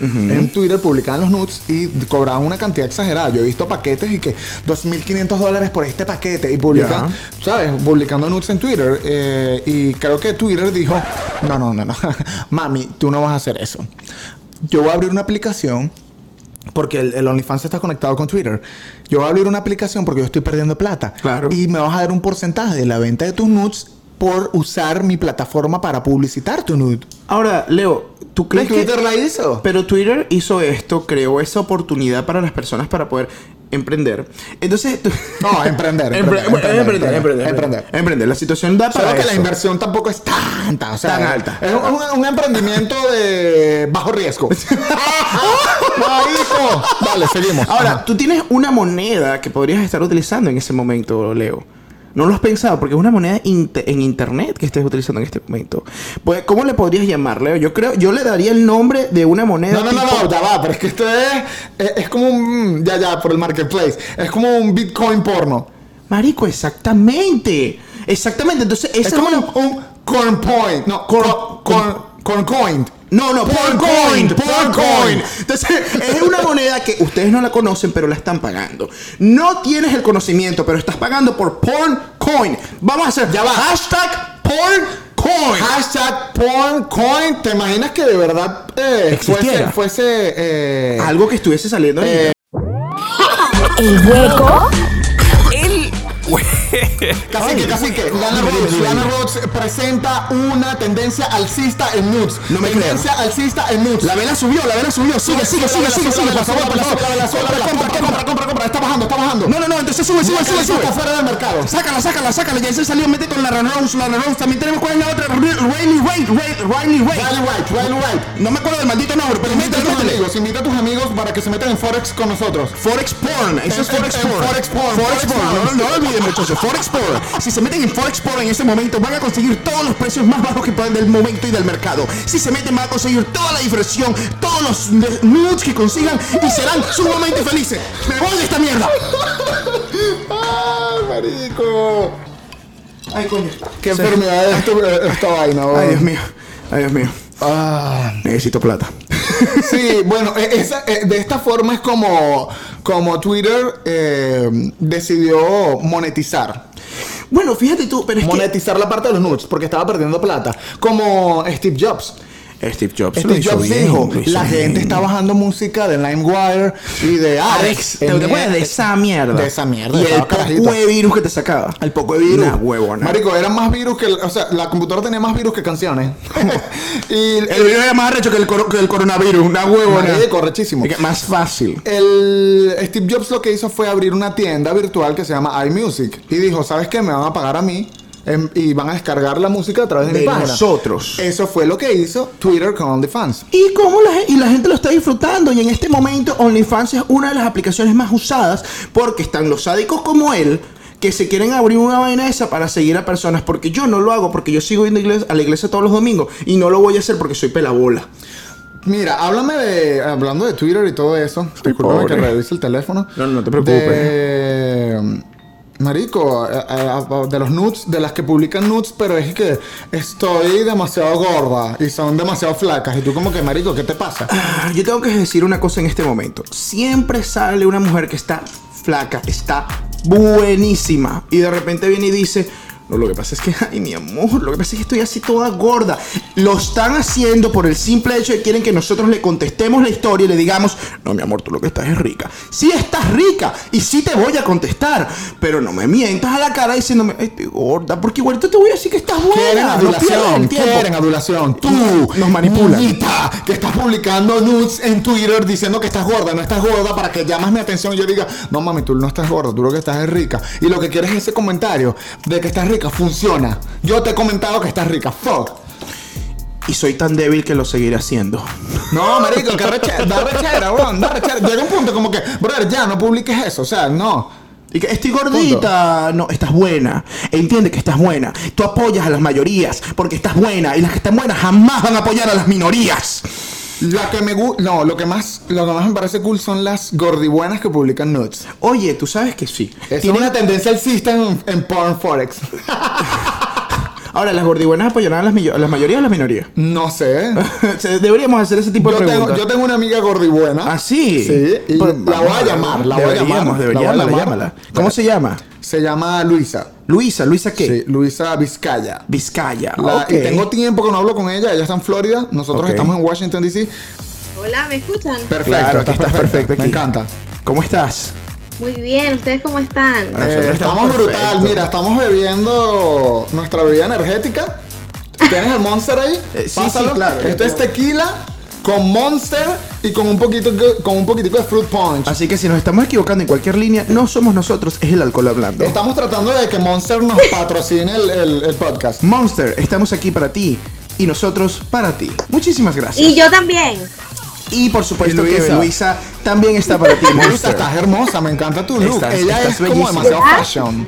S2: En Twitter publicaban los nudes y cobraban una cantidad exagerada. Yo he visto paquetes y que 2.500 dólares por este paquete y publican, ¿sabes? Publicando nudes en Twitter. eh, y creo que Twitter dijo, no, no, no, no, mami, tú no vas a hacer eso. Yo voy a abrir una aplicación porque el, el OnlyFans está conectado con Twitter. Yo voy a abrir una aplicación porque yo estoy perdiendo plata.
S5: Claro.
S2: Y me vas a dar un porcentaje de la venta de tus nudes por usar mi plataforma para publicitar tu nude.
S5: Ahora, Leo, ¿tú crees que
S2: Twitter la hizo?
S5: Pero Twitter hizo esto, creó esa oportunidad para las personas para poder emprender. Entonces, tú-
S2: No, emprender,
S5: Empre-
S2: emprender, emprender,
S5: bueno, emprender, emprender,
S2: emprender.
S5: emprender. Emprender. La situación da para
S2: Solo que
S5: eso.
S2: la inversión tampoco es tanta, o sea,
S5: Tan alta.
S2: Es un, un- un emprendimiento de bajo riesgo. Marico. Dale, seguimos.
S5: Ahora,
S2: Ajá.
S5: tú tienes una moneda que podrías estar utilizando en ese momento, Leo. No lo has pensado porque es una moneda inte- en internet que estés utilizando en este momento. Pues, ¿cómo le podrías llamar, Leo? Yo creo, yo le daría el nombre de una moneda.
S2: No, no, no,
S5: tipo-
S2: no, ya va, pero es que esto es, es, es como un, mm, ya, ya, por el marketplace, es como un Bitcoin porno.
S5: Marico, exactamente. Exactamente. Entonces, esa
S2: Es como
S5: una-
S2: un, un corn point. No, corn, corn, corn coin.
S5: No, no,
S2: Porncoin,
S5: Porncoin,
S2: Porncoin.
S5: Porncoin. Entonces, es una moneda que ustedes no la conocen, pero la están pagando. No tienes el conocimiento, pero estás pagando por Porncoin. Vamos a hacer ya va. hashtag Porncoin.
S2: Hashtag porn coin. ¿Te imaginas que de verdad eh, fuese,
S4: Existiera.
S2: fuese eh,
S5: Algo que estuviese saliendo en
S2: Eh,
S1: El hueco
S4: El
S2: Casi que, casi que. Lana Rhodes, Lana Rhodes presenta una tendencia alcista en nudes.
S5: No me
S2: tendencia alcista en nudes. La vela subió, la vela subió. Sigue, sigue, sigue, sigue, sigue. Por favor, por favor. Compra, compra, compra, compra, compra. Está bajando, está bajando.
S5: No, no, no, entonces sube, sube, sube, sube.
S2: Está fuera del mercado.
S5: Sácala, sácala, sácala. Ya se salió, mete con la Rose, la Rose. También tenemos cuál es la otra. Riley Wade, Riley- Riley
S2: Riley
S5: Wade.
S2: White, Riley White.
S5: No me acuerdo del maldito nombre, pero
S2: Invita a
S5: métele,
S2: tus
S5: métele.
S2: amigos, invita a tus amigos para que se metan en Forex con nosotros.
S5: Forex porn, eso es
S2: En-
S5: Forex
S2: en- en
S5: porn.
S2: Forex porn, Forex
S5: Forex porn, no,
S2: porn.
S5: no, no lo olviden muchachos, Forex porn. Si se meten en Forex porn en este momento van a conseguir todos los precios más bajos que puedan del momento y del mercado. Si se meten van a conseguir toda la diversión, todos los n- nudes que consigan y serán sumamente felices. Me voy de esta mierda.
S2: ¡Ay, marico!
S5: Ay, coño.
S2: ¡Qué enfermedad es tu- esta vaina, weón.
S5: Ay, Dios mío. Ay, Dios mío.
S2: Ah.
S5: Necesito plata.
S2: Sí, bueno, e- esa- e- de esta forma es como, como Twitter eh, decidió monetizar.
S5: Bueno, fíjate tú, pero es
S2: Monetizar la parte de los nudes, porque estaba perdiendo plata. Como Steve Jobs.
S5: que Steve Jobs
S2: Steve Jobs dijo, la gente está bajando música de LimeWire y de Alex.
S5: Ah, Alex, ¿te acuerdas de esa mierda?
S2: De esa mierda.
S5: Y
S2: de
S5: el
S2: cada carajita.
S5: poco de virus que te sacaba.
S2: El poco de virus.
S5: Una huevona.
S2: Marico, eran más virus que... O sea, la computadora tenía más virus que canciones. y
S5: El virus era más arrecho que el, coro- que el coronavirus, una huevona.
S2: Marico, arrechísimo.
S5: Es que Más fácil.
S2: El Steve Jobs lo que hizo fue abrir una tienda virtual que se llama iMusic y dijo, ¿sabes qué? Me van a pagar a mí em, y van a descargar la música a través de,
S5: De
S2: mi página.
S5: nosotros.
S2: Eso fue lo que hizo Twitter con OnlyFans.
S5: Y como la, gen- y la gente lo está disfrutando. Y en este momento OnlyFans es una de las aplicaciones más usadas porque están los sádicos como él que se quieren abrir una vaina esa para seguir a personas. Porque yo no lo hago porque yo sigo yendo a iglesia- a la iglesia todos los domingos y no lo voy a hacer porque soy pelabola.
S2: Mira, háblame de... Hablando de Twitter y todo eso. Disculpame que
S3: pobre.
S2: revise el teléfono.
S5: No, no te preocupes.
S2: De- Marico, eh, eh, de los nudes, de las que publican nudes, pero es que estoy demasiado gorda y son demasiado flacas. Y tú como que, Marico, ¿qué te pasa?
S5: Ah, Yo tengo que decir una cosa en este momento. Siempre sale una mujer que está flaca, está buenísima. Y de repente viene y dice, No, lo que pasa es que, ay, mi amor, lo que pasa es que estoy así toda gorda. Lo están haciendo por el simple hecho de que quieren que nosotros le contestemos la historia y le digamos, no, mi amor, tú lo que estás es rica. Sí estás rica y sí te voy a contestar, pero no me mientas a la cara diciéndome, "Ay, estoy gorda, porque igualito te voy a decir que estás buena.
S2: Quieren
S5: no pierdas
S2: adulación,
S5: el tiempo".
S2: quieren adulación. Tú,
S5: Nos manipulan.
S2: niñita, que estás publicando nudes en Twitter diciendo que estás gorda, no estás gorda, para que llamas mi atención y yo diga, no mami, tú no estás gorda, tú lo que estás es rica. Y lo que quieres es ese comentario de que estás rica, funciona. Yo te he comentado que estás rica, fuck.
S5: Y soy tan débil que lo seguiré haciendo.
S2: No, marico, que rechera, da rechera, weón, da rechera. Llega un punto como que, brother, ya, no publiques eso, o sea, no.
S5: Y que estoy gordita. No, estás buena. Entiende que estás buena. Tú apoyas a las mayorías porque estás buena. Y las que están buenas jamás van a apoyar a las minorías.
S2: La que me gu- no, lo que más, lo que más me parece cool son las gordibuenas que publican nudes.
S5: Oye, tú sabes que sí.
S2: Es
S5: Tienen-
S2: una tendencia alcista en, en Porn Forex.
S5: Ahora, ¿las gordibuenas apoyarán a las, millo- a las mayorías o a las minorías?
S2: No sé.
S5: Se- Deberíamos hacer ese tipo
S2: Yo
S5: de
S2: tengo,
S5: preguntas.
S2: yo tengo una amiga gordibuena.
S5: ¿Ah, sí?
S2: Sí, y
S5: Pero-
S2: la voy a llamar, la voy a
S5: Deberíamos,
S2: llamar.
S5: deberíamos,
S2: la voy a llamar.
S5: llámala. ¿Cómo se llama?
S2: Se llama Luisa.
S5: Luisa, ¿Luisa qué?
S2: Sí, Luisa Vizcaya.
S5: Vizcaya.
S2: La-
S5: ok.
S2: Y tengo tiempo que no hablo con ella. Ella está en Florida. Nosotros
S5: Ok.
S2: estamos en Washington, D.C.
S9: Hola, ¿me escuchan?
S2: Perfecto,
S5: Claro, aquí
S2: estás
S5: estás perfecto.
S2: perfecta. Me
S5: aquí.
S2: encanta.
S5: ¿Cómo estás?
S9: Muy bien, ¿ustedes cómo están?
S5: Ah, nosotros
S2: Eh,
S5: estamos
S2: estamos brutal.
S5: perfectos.
S2: Mira, estamos bebiendo nuestra bebida energética. ¿Tienes el Monster ahí?
S5: Eh, sí, sí, claro.
S2: Esto es tequila con Monster y con un poquito que- con un poquitico de fruit punch.
S5: Así que si nos estamos equivocando en cualquier línea, no somos nosotros, es el alcohol hablando.
S2: Estamos tratando de que Monster nos patrocine el, el- el podcast.
S5: Monster, estamos aquí para ti y nosotros para ti. Muchísimas gracias.
S9: Y yo también.
S5: Y, por supuesto
S2: Y Luisa.
S5: que Luisa también está para ti,
S2: Luisa,
S5: Monster.
S2: estás hermosa, me encanta tu look.
S5: Estás-
S2: Ella
S5: estás
S2: es
S5: bellísima.
S2: como demasiado
S9: ¿Verdad?
S2: fashion.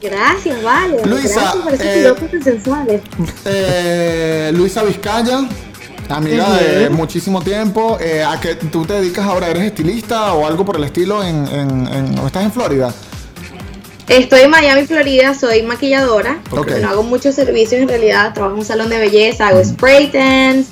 S9: Gracias, vale.
S2: Luisa,
S9: Gracias por esos
S2: eh,
S9: piropos tan sensuales.
S2: Eh, Luisa Vizcaya, amiga de muchísimo tiempo. eh, ¿A qué tú te dedicas ahora? ¿Eres estilista o algo por el estilo? En, en- en- ¿o ¿Estás en Florida?
S9: Estoy en Miami, Florida, soy maquilladora.
S2: Ok.
S9: Bueno, hago muchos servicios en realidad. Trabajo en un salón de belleza, hago spray tans,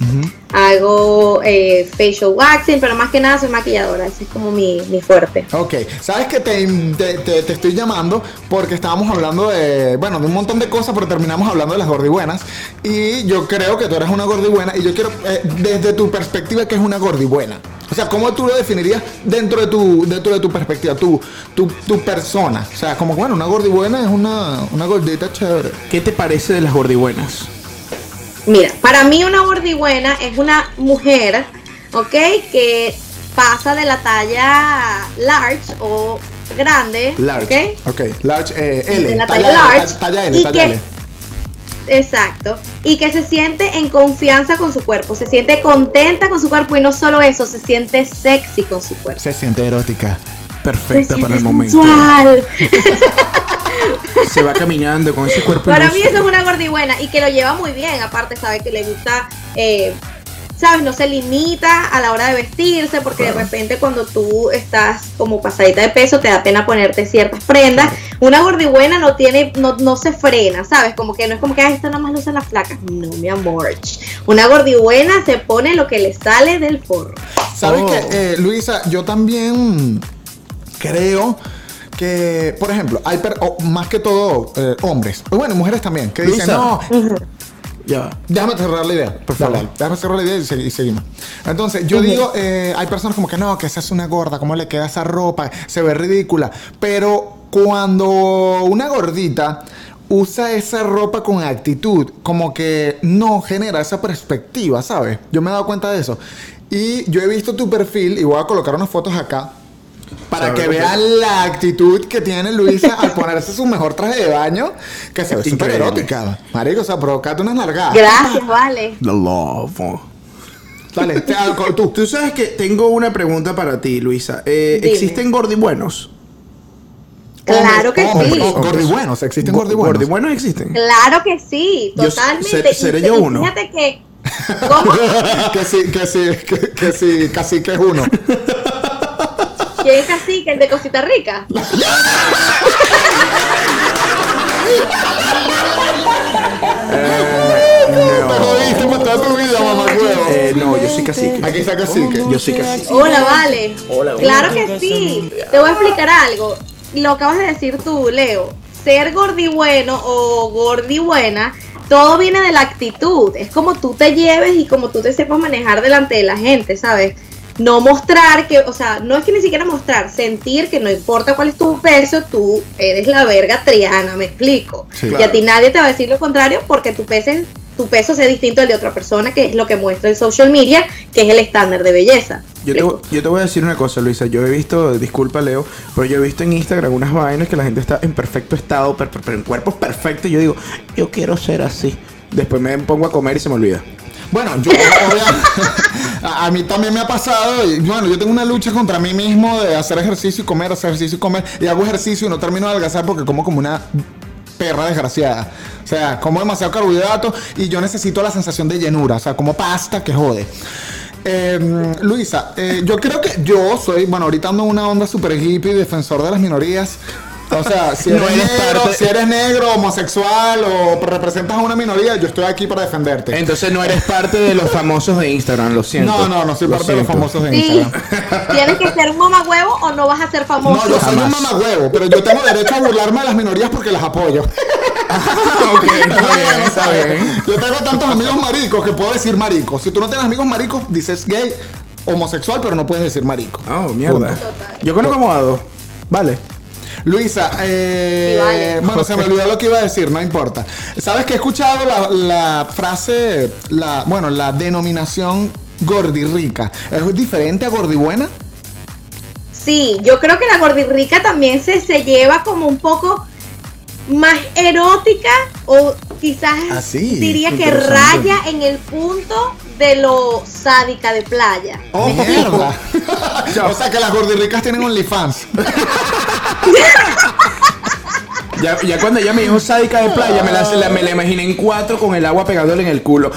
S9: hago eh, facial waxing, pero más que nada soy maquilladora. Ese es como mi, mi fuerte.
S2: Ok, sabes que te, te- te- te estoy llamando porque estábamos hablando de, bueno, de un montón de cosas, pero terminamos hablando de las gordibuenas. Y yo creo que tú eres una gordibuena y yo quiero, eh, desde tu perspectiva, ¿qué es una gordibuena? O sea, ¿cómo tú lo definirías dentro de tu, dentro de tu perspectiva, tu, tu, tu persona? O sea, como, bueno, una gordibuena es una, una gordita chévere.
S5: ¿Qué te parece de las gordibuenas?
S9: Mira, para mí una gordibuena es una mujer, ¿ok? Que pasa de la talla large o grande,
S5: Large.
S9: ¿ok?
S2: Ok, large, eh, L,
S9: De la
S2: talla,
S9: talla
S2: L,
S9: large,
S2: ta- talla L,
S9: ¿y
S2: talla
S9: qué?
S2: L.
S9: Exacto. Y que se siente en confianza con su cuerpo, se siente contenta con su cuerpo y no solo eso, se siente sexy con su cuerpo.
S2: Se siente erótica.
S5: Perfecta
S9: Se
S5: para el
S9: siente
S5: momento.
S9: sensual.
S5: Se va caminando con ese cuerpo.
S9: Para
S5: en
S9: mí
S5: uso.
S9: eso es una gordibuena y que lo lleva muy bien, aparte sabe que le gusta, eh, sabes, no se limita a la hora de vestirse porque de repente cuando tú estás como pasadita de peso te da pena ponerte ciertas prendas. Una gordibuena no tiene, no, no se frena, sabes, como que no es como que "Ay, esta nada más lo usan las flacas. No, mi amor. Una gordibuena se pone lo que le sale del forro.
S2: ¿Sabes
S5: Oh.
S2: qué, eh, Luisa? Yo también creo que, por ejemplo, hay per- o más que todo eh, hombres, o bueno, mujeres también, que dicen,
S5: Luisa.
S2: no,
S5: Ya va.
S2: déjame cerrar la idea.
S5: Por favor.
S2: Dale, déjame cerrar la idea y, se- y seguimos. Entonces, yo digo, eh, hay personas como que no, que esa es una gorda, ¿cómo le queda esa ropa? Se ve ridícula. Pero cuando una gordita usa esa ropa con actitud, como que no genera esa perspectiva, ¿sabes? Yo me he dado cuenta de eso. Y yo he visto tu perfil y voy a colocar unas fotos acá. Para que vean la actitud que tiene Luisa al ponerse su mejor traje de baño, que se ve súper
S5: Increíble.
S2: erótica. Marico, o sea, provocate unas largadas.
S9: Gracias, vale.
S5: The love.
S2: Dale, te hago con tú.
S5: Tú sabes que tengo una pregunta para ti, Luisa. Eh,
S9: Dime.
S5: ¿Existen gordibuenos?
S9: Claro que
S2: Hombre,
S9: sí.
S2: hombre, Oh, Gordibuenos, existen gordibuenos.
S5: ¿Gordibuenos existen?
S9: Claro que sí,
S5: Yo
S9: totalmente.
S5: seré- seré
S9: Y-
S5: yo
S9: y
S5: uno.
S9: Fíjate que. ¿Cómo?
S2: que sí, que sí, que, que sí, casi que es uno.
S9: ¿Quién es así? ¿Que el de Cosita Rica?
S2: Te jodiste para toda tu vida, mamá huevo.
S5: Eh, no, yo soy cacique.
S2: Aquí está cacique.
S5: Yo soy cacique.
S9: Hola, vale. Claro que sí. Te voy a explicar algo. Lo acabas de decir tú, Leo. Se- ser gordi bueno o gordi buena, todo viene de la actitud. Es como tú te lleves y como tú te sepas manejar delante de la gente, ¿sabes? No mostrar que, o sea, no es que ni siquiera mostrar, sentir que no importa cuál es tu peso, tú eres la verga triana, me explico.
S2: Sí.
S9: Y a ti nadie te va a decir lo contrario porque tu peso, es- tu peso sea distinto al de otra persona, que es lo que muestra el social media, que es el estándar de belleza.
S5: Yo
S2: Eh,
S5: te, vo- yo te voy a decir una cosa, Luisa. Yo he visto, disculpa Leo, pero yo he visto en Instagram unas vainas que la gente está en perfecto estado, per- per- en cuerpos perfectos. y Yo digo, yo quiero ser así. Después me pongo a comer y se me olvida.
S2: Bueno, yo obvia- a, a mí también me ha pasado. Y, bueno, yo tengo una lucha contra mí mismo de hacer ejercicio y comer, hacer ejercicio y comer. Y hago ejercicio y no termino de adelgazar porque como como una perra desgraciada. O sea, como demasiado carbohidrato y yo necesito la sensación de llenura. O sea, como pasta que jode. Eh, Luisa, eh, yo creo que yo soy, bueno, ahorita ando en una onda super hippie, defensor de las minorías. O sea, si eres,
S5: No eres
S2: negro,
S5: parte-
S2: si eres negro, homosexual o representas a una minoría, yo estoy aquí para defenderte.
S5: Entonces no eres parte de los famosos de Instagram, lo siento.
S2: No, no, no soy
S5: Lo
S2: parte de los
S5: siento.
S2: famosos de
S9: Sí,
S2: Instagram.
S9: tienes que ser un mamahuevo o no vas a ser famoso.
S2: No, yo soy un
S5: Jamás.
S2: mamagüevo, pero yo tengo derecho a burlarme de las minorías porque las apoyo.
S5: Ah, ok, está bien, está bien.
S2: Yo tengo tantos amigos maricos que puedo decir marico. Si tú no tienes amigos maricos, dices gay, homosexual, pero no puedes decir marico.
S5: Oh, mierda.
S2: Punto.
S5: Yo conozco como a dos. Vale.
S2: Luisa, eh,
S9: Sí, vale.
S2: bueno, se me olvidó lo que iba a decir, no importa. Sabes que he escuchado la, la frase, la, bueno, la denominación gordirrica. ¿Es diferente a gordibuena?
S9: Sí, yo creo que la gordirrica también se, se lleva como un poco más erótica o quizás
S5: Ah, sí,
S9: diría que
S5: interesante.
S9: raya en el punto de lo sádica de playa.
S2: ¡Oh, mierda! o sea que las gordirricas tienen OnlyFans.
S5: Ya, ya cuando ella me dijo sádica de playa, me la, la- me la imaginé en cuatro con el agua pegándole en el culo.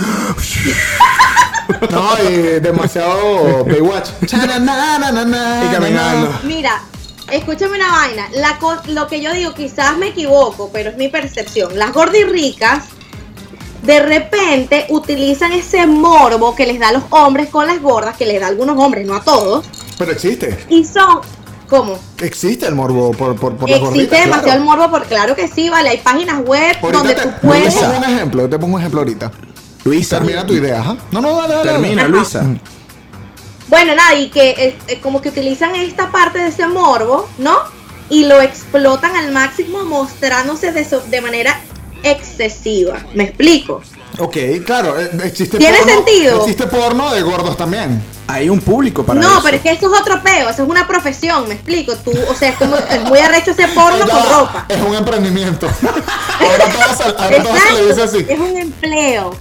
S2: No, y demasiado Baywatch.
S5: Y
S2: Y
S5: caminando.
S9: Mira, escúchame una vaina. La co- lo que yo digo, quizás me equivoco, pero es mi percepción. Las gordirricas de repente utilizan ese morbo que les da a los hombres con las gordas, que les da a algunos hombres, no a todos,
S2: Pero existe.
S9: y son como
S2: Existe el morbo por, por, por las
S9: Existe
S2: gorditas,
S9: demasiado el
S2: claro.
S9: morbo, porque claro que sí, vale, hay páginas web
S2: Ahorita
S9: donde
S2: te-
S9: tú
S2: Yo
S9: puedes.
S2: te pongo un ejemplo, yo te pongo un ejemplo ahorita.
S5: Luisa.
S2: Termina tu idea, ajá. No, no, dale, dale. dale.
S5: Termina, Luisa.
S9: Bueno, nada, y que eh, eh, como que utilizan esta parte de ese morbo, ¿no? Y lo explotan al máximo mostrándose de, so- de manera excesiva. ¿Me explico?
S2: Ok, claro, eh, existe
S9: ¿Tiene
S2: porno-
S9: sentido?
S2: Existe porno de gordos también.
S5: Hay un público para
S9: no,
S5: eso.
S9: pero es que eso es otro peo, eso es una profesión, ¿me explico? Tú, o sea, es como es muy arrecho ese porno
S2: Ya
S9: con
S2: va,
S9: ropa.
S2: Es un emprendimiento. ahora todo se, ahora todo se le dice
S9: Exacto,
S2: así.
S9: es un empleo.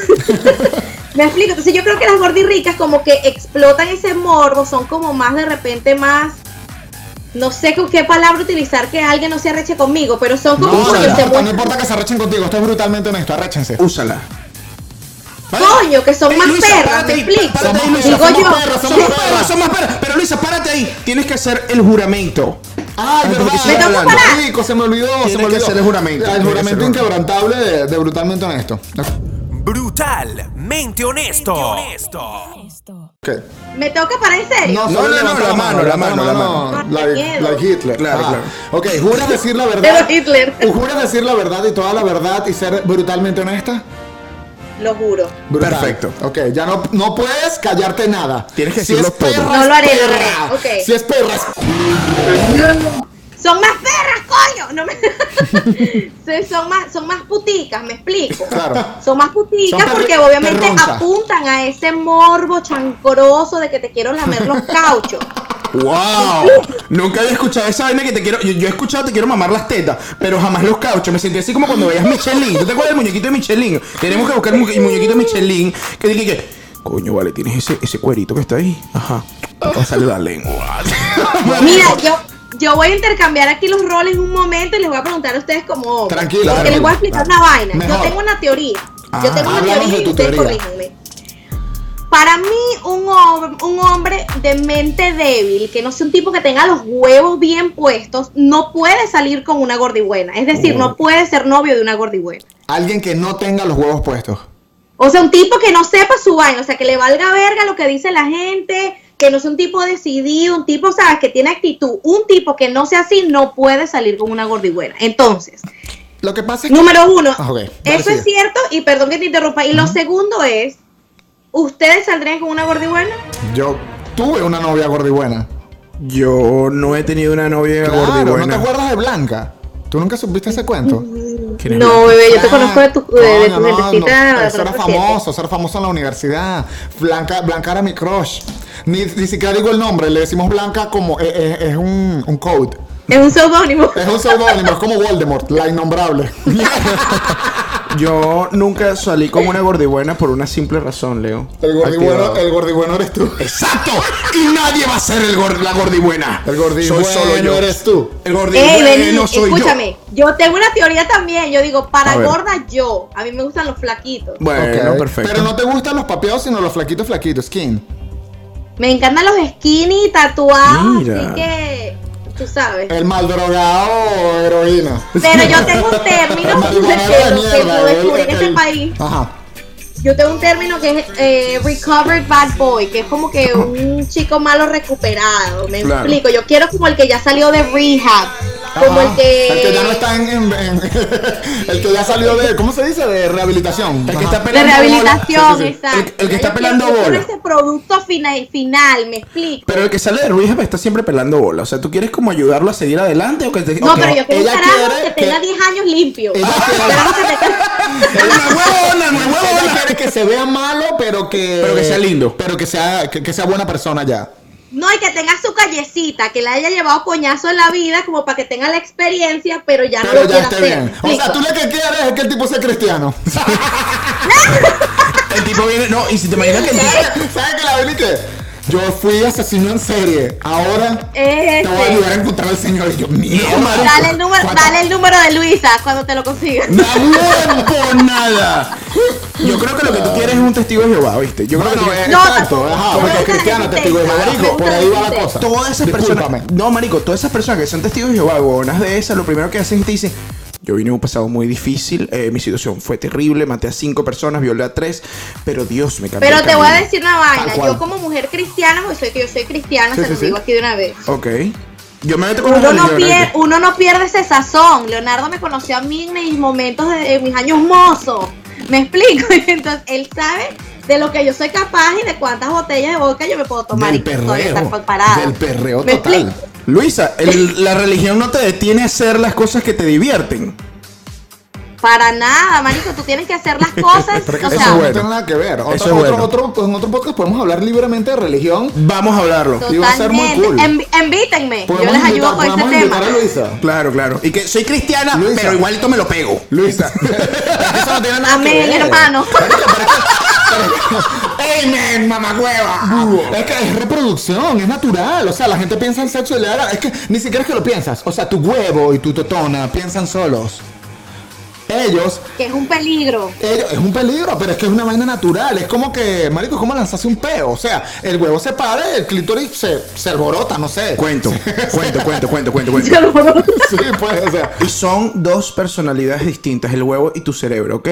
S9: Me explico, entonces yo creo que las gordirricas como que explotan ese morbo, son como más de repente más, no sé con qué palabra utilizar que alguien no se arreche conmigo, pero son
S2: No,
S9: como
S2: no,
S9: porque se
S2: importa, no
S9: muestran,
S2: importa que se arrechen contigo, esto es brutalmente honesto, arréchense.
S5: Úsala.
S9: coño, que son
S5: Ey,
S9: más
S5: Luisa,
S9: perras,
S5: párate
S9: me
S5: ahí,
S9: explico.
S5: párate ahí, Luisa,
S9: Digo
S2: somos
S9: yo,
S2: perras, somos
S9: sí,
S5: Somos perras, somos perras. Pero Luisa, párate ahí. Tienes que hacer el juramento.
S2: Ay, verdad.
S5: porque
S9: Me tengo que parar.
S2: Marico, se me olvidó, se
S5: Tiene
S2: me
S5: que
S2: olvidó.
S5: hacer el juramento,
S2: El
S5: tiene que
S2: juramento
S5: hacer el
S2: inquebrantable de, de brutalmente honesto.
S4: Brutalmente honesto.
S1: Esto.
S2: Ok.
S9: me tengo que parar en serio.
S5: no,
S2: solo
S5: no,
S2: levanta
S5: la mano, la mano, la
S9: mano.
S2: Like, like Hitler.
S5: Claro, claro.
S2: Ok, ¿juras decir la verdad?
S9: Pero Hitler.
S2: ¿Juras decir la verdad y toda la verdad y ser brutalmente honesta?
S9: Lo juro.
S2: Brutal.
S5: Perfecto.
S2: Ok, ya no, no puedes callarte nada.
S5: Tienes que
S2: si es
S5: decirlo
S2: perra,
S5: todo.
S9: No lo haré,
S2: es
S9: lo haré.
S2: perra.
S9: Ok.
S2: Si es perra, es
S9: Son más perras, coño. No me... Sí, son más, son más puticas, me explico.
S2: Claro.
S9: Son más puticas
S2: Son perri-
S9: porque obviamente
S2: perronchas.
S9: apuntan a ese morbo chancoroso de que te quiero lamer los cauchos.
S5: ¡Wow! Nunca había escuchado esa vaina que te quiero. Yo, yo he escuchado te quiero mamar las tetas, pero jamás los cauchos. Me sentí así como cuando veías Michelin. ¿Tú te acuerdas del muñequito de Michelin? Tenemos que buscar el mu- el muñequito de Michelin. Que dije que. Coño, vale, tienes ese, ese cuerito que está ahí. Ajá. Acá sale la lengua.
S9: Mira, yo, yo voy a intercambiar aquí los roles en un momento y les voy a preguntar a ustedes como hombres.
S2: Tranquila,
S9: Porque les voy a
S2: tranquila.
S9: explicar una vaina.
S2: Mejor.
S9: Yo tengo una teoría.
S5: Ah,
S9: yo tengo una
S2: háblanos de
S9: teoría y
S2: tu
S9: ustedes
S2: teoría.
S9: corríjanme. Para mí, un, hom- un hombre de mente débil, que no sea un tipo que tenga los huevos bien puestos, no puede salir con una gordibuena. Es decir, no puede ser novio de una gordibuena.
S2: alguien que no tenga los huevos puestos.
S9: O sea, un tipo que no sepa su vaina, o sea, que le valga verga lo que dice la gente, que no es un tipo decidido, un tipo, sabes, que tiene actitud. Un tipo que no sea así no puede salir con una gordigüera. Entonces,
S2: Lo que pasa es que.
S9: número uno,
S2: Ah, ok. Dale,
S9: eso
S2: sigue.
S9: es cierto, y perdón que te interrumpa. Y lo segundo es, ¿ustedes saldrían con una gordigüera?
S2: Yo tuve una novia gordibuena.
S5: Yo no he tenido una novia
S2: Claro, ¿no te
S5: gordibuena.
S2: acuerdas de Blanca? ¿Tú nunca supiste ese cuento?
S5: ¿Quién es
S9: No,
S5: Blanca?
S9: bebé, yo te
S2: Ah,
S9: conozco de tu, de, de
S2: coño,
S9: tu
S2: no,
S9: gentecita.
S2: no,
S9: de
S2: eso era
S9: otro paciente.
S2: famoso, eso era famoso en la universidad. Blanca, Blanca era mi crush. Ni, ni siquiera digo el nombre, le decimos Blanca como. eh, eh, es un, un code.
S9: Es un seudónimo.
S2: Es un pseudónimo, es como Voldemort, la innombrable.
S5: Yo nunca salí con una gordibuena por una simple razón, Leo.
S2: El gordibueno,
S5: Activado.
S2: el gordibueno eres tú.
S5: ¡Exacto! Y nadie va a ser el gor- la gordibuena.
S2: El gordibueno
S5: Soy solo yo.
S2: eres tú.
S5: El
S9: Ey,
S5: gordibueno
S9: Beli,
S5: no soy yo.
S9: escúchame, yo. tengo una teoría también. Yo digo, para
S5: A ver.
S9: gorda yo, a mí me gustan los flaquitos.
S5: Bueno,
S2: Ok.
S5: perfecto.
S2: Pero no te gustan los papeados, sino los flaquitos, flaquitos. ¿Quién?
S9: Me encantan los skinny tatuados,
S5: Mira.
S9: así que tú sabes.
S5: Eh.
S2: El mal drogado o heroína.
S9: Pero yo tengo un
S2: El
S9: término de que
S2: marihuanero
S9: lo que lo
S2: el-
S9: descubrí en este
S2: el-
S9: país.
S2: Ajá.
S9: Yo tengo un término que es eh, recovered bad boy, que es como que un chico malo recuperado. Me
S5: Claro.
S9: explico. Yo quiero como el que ya salió de rehab, como
S2: Ajá.
S9: el que.
S2: El que ya no está en, en- en- el que ya salió de ¿cómo se dice? de rehabilitación.
S5: El que
S2: Ajá.
S5: está
S9: De
S5: pelando
S9: rehabilitación,
S5: bola. Sí, sí, sí. El-
S9: exacto.
S5: El, que está
S9: Yo
S5: pelando
S9: quiero- yo quiero
S5: bola.
S9: Ese producto final, final, me explico.
S5: Pero el que sale de Ruiz está siempre pelando bola. O sea, ¿tú quieres como ayudarlo a seguir adelante o que te-
S9: No,
S5: o que-
S9: pero yo quiero un
S2: ella
S9: carajo que
S2: quiere
S9: tenga
S2: que-
S9: 10 años limpio.
S2: Ella quiere-
S9: Un carajo que tenga-
S5: ¡Una huevona, una
S2: Ella
S5: huevona!
S2: quiere que se vea malo, pero que
S5: Pero que sea lindo.
S2: pero que sea que, que sea buena persona ya.
S9: No, y que tenga su callecita, que la haya llevado coñazo en la vida, como para que tenga la experiencia, pero ya no
S2: Pero
S9: lo
S2: ya
S9: quiera
S2: esté
S9: hacer.
S2: bien. O sea,
S9: Listo.
S2: tú lo que quieres es que el tipo sea cristiano.
S5: El tipo viene. No, y si te imaginas que el tipo.
S2: ¿Sabes qué la verdad que yo fui asesino en serie. Ahora
S9: Es
S2: te voy a
S9: este.
S2: ayudar a encontrar al señor y yo mierda.
S9: Dale el, número,
S2: ¿Cuánta-
S9: dale el número de Luisa cuando te lo consigas.
S5: ¡No huevo por nada! Yo creo que lo que tú quieres es un testigo de Jehová, ¿viste? Yo creo que tú
S2: Bueno,
S5: quieres-
S2: eh,
S9: No,
S2: exacto,
S9: tampoco.
S2: ajá,
S9: Me
S2: porque
S9: gusta la
S2: cristiano te digo,
S9: existencia, me
S2: marico,
S9: gusta
S2: por
S9: la
S2: ahí va la cosa.
S9: existencia.
S5: Todas esas
S2: Discúlpame.
S5: personas. No, marico, todas esas personas que son testigos de Jehová, huevonas de esas, lo primero que hacen es que te dicen. Yo vine de un pasado muy difícil, eh, mi situación fue terrible, maté a cinco personas, violé a tres, pero Dios me cambió.
S9: Pero
S5: el
S9: te voy a
S5: camino".
S9: decir una vaina.
S5: cual.
S9: Yo como mujer cristiana, porque soy que yo soy cristiana,
S5: Sí,
S9: se
S5: sí,
S9: lo
S5: sí.
S9: digo aquí de una vez.
S5: Ok. Yo me meto con
S9: Uno
S5: los
S9: no, pier- uno no pierde ese sazón. Leonardo me conoció a mí en mis momentos, de, en mis años mozos. ¿Me explico? Entonces, él sabe de lo que yo soy capaz y de cuántas botellas de vodka yo me puedo tomar.
S2: Del
S9: y que todavía
S2: perreo,
S9: estar preparada.
S2: del perreo
S9: ¿Me
S2: total.
S9: explico?
S5: Luisa, el- la religión no te detiene a hacer las cosas que te divierten.
S9: Para nada, marico. Tú tienes que hacer las cosas.
S2: Pero que
S9: o
S2: eso
S9: sea,
S2: no tiene nada que ver. Otro,
S5: Eso es
S2: otro-
S5: bueno.
S2: otro- pues, en otro podcast podemos hablar libremente de religión.
S5: Vamos a hablarlo.
S2: Y va a ser muy
S9: totalmente.
S2: cool.
S9: Envi- invítenme. Yo
S2: Podemos
S9: les ayudo
S2: invitar-
S9: con ese
S2: podemos
S9: tema.
S2: invitar a Luisa.
S5: Claro, claro. Y que soy cristiana,
S2: Luisa.
S5: pero igualito me lo pego.
S2: Luisa. eso no tiene nada
S9: Amén,
S2: que ver.
S9: hermano.
S5: ¡Amen, mamagüeva!
S2: Hugo, Ah, Es que es reproducción, es natural. O sea, la gente piensa en sexo y le da. la- Es que ni siquiera es que lo piensas. O sea, tu huevo y tu totona piensan solos. Ellos
S9: que es un peligro.
S2: Ellos- es un peligro, pero es que es una vaina natural. Es como que, marico, es como lanzarse un peo. O sea, el huevo se para, el clítoris se, se alborota, no sé.
S5: Cuento, cuento, cuento, cuento, cuento, cuento.
S2: Sí, pues, o sea.
S5: Y son dos personalidades distintas, el huevo y tu cerebro, ¿ok?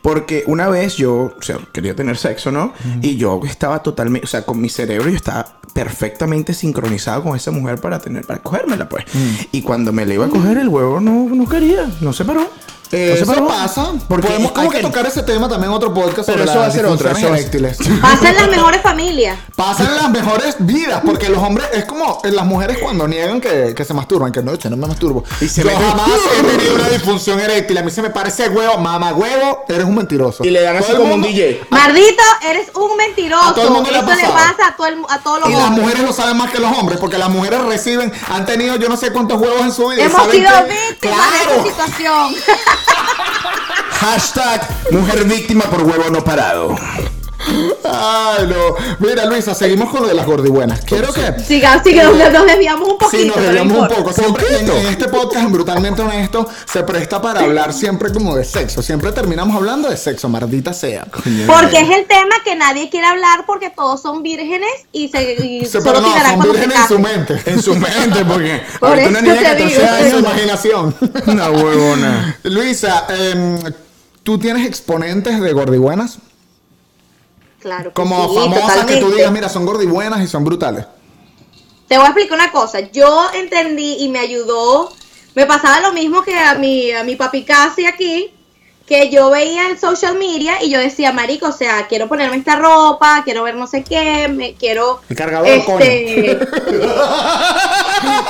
S5: Porque una vez yo, o sea, quería tener sexo, ¿no? Y yo estaba totalmente, o sea, con mi cerebro yo estaba perfectamente sincronizado con esa mujer para tener, para cogérmela, pues.
S2: Mm.
S5: Y cuando me le iba a coger, el huevo no, no quería, no se paró.
S2: eh,
S5: no se
S2: eso
S5: paró.
S2: pasa.
S5: Porque
S2: Podemos
S5: es como
S2: hay que tocar ese tema también en otro podcast.
S5: Pero
S2: sobre
S5: eso
S2: las
S5: va a ser otro,
S2: disfunciones
S5: eso va a-
S2: eréctiles.
S9: Pasen las mejores familias.
S2: Pasan las mejores vidas, porque los hombres, es como eh, las mujeres cuando niegan que, que se masturban, que no, yo no me masturbo.
S5: Y se
S2: yo
S5: meten-
S2: jamás he tenido una disfunción eréctil. A mí se me parece huevo, mamá huevo, eres un mentiroso.
S5: Y le dan así
S2: Todo el
S5: como un
S2: mundo-
S5: DJ.
S9: Mardito, eres un
S2: A todo el
S9: mentiroso.
S2: mundo le ha
S9: Eso le
S2: pasado.
S9: pasa a, todo el- a todos los
S2: Y las
S9: hombres.
S2: mujeres lo saben más que los hombres, porque las mujeres reciben, han tenido yo no sé cuántos huevos en su vida. y
S9: Hemos
S2: saben
S9: sido
S2: que-
S9: víctimas de esta
S2: ¡Claro!
S9: situación.
S5: Hashtag mujer víctima por huevo no parado.
S2: Ay, no. Mira, Luisa, seguimos con lo de las gordibuenas. Quiero que.
S9: Siga, siga, nos, nos desviamos un poquito.
S2: Sí, nos
S9: pero no
S2: desviamos un
S9: importa.
S2: poco. Siempre en, en este podcast, en brutalmente honesto, se presta para hablar siempre como de sexo. Siempre terminamos hablando de sexo, maldita sea.
S9: Porque es el tema que nadie quiere hablar porque todos son vírgenes y se y
S2: Se
S9: solo
S2: pero no,
S9: tirarán
S2: son
S9: cuando se
S2: virgen en su
S9: casen.
S2: mente.
S5: En su mente, porque
S9: Por
S5: ahorita una
S9: eso
S5: niña de
S9: te digo,
S5: 14
S2: En su
S5: años.
S2: imaginación.
S5: Una huevona.
S2: Luisa, em, ¿tú tienes exponentes de gordibuenas?
S9: Claro. que
S2: Como
S9: sí,
S2: famosas que tú
S9: totalmente.
S2: digas, mira, son gordas y buenas y son brutales.
S9: Te voy a explicar una cosa. Yo entendí y me ayudó. Me pasaba lo mismo que a mi, a mi papi casi aquí, que yo veía en social media y yo decía, marico, o sea, quiero ponerme esta ropa, quiero ver no sé qué, me quiero...
S2: El cargador,
S9: este,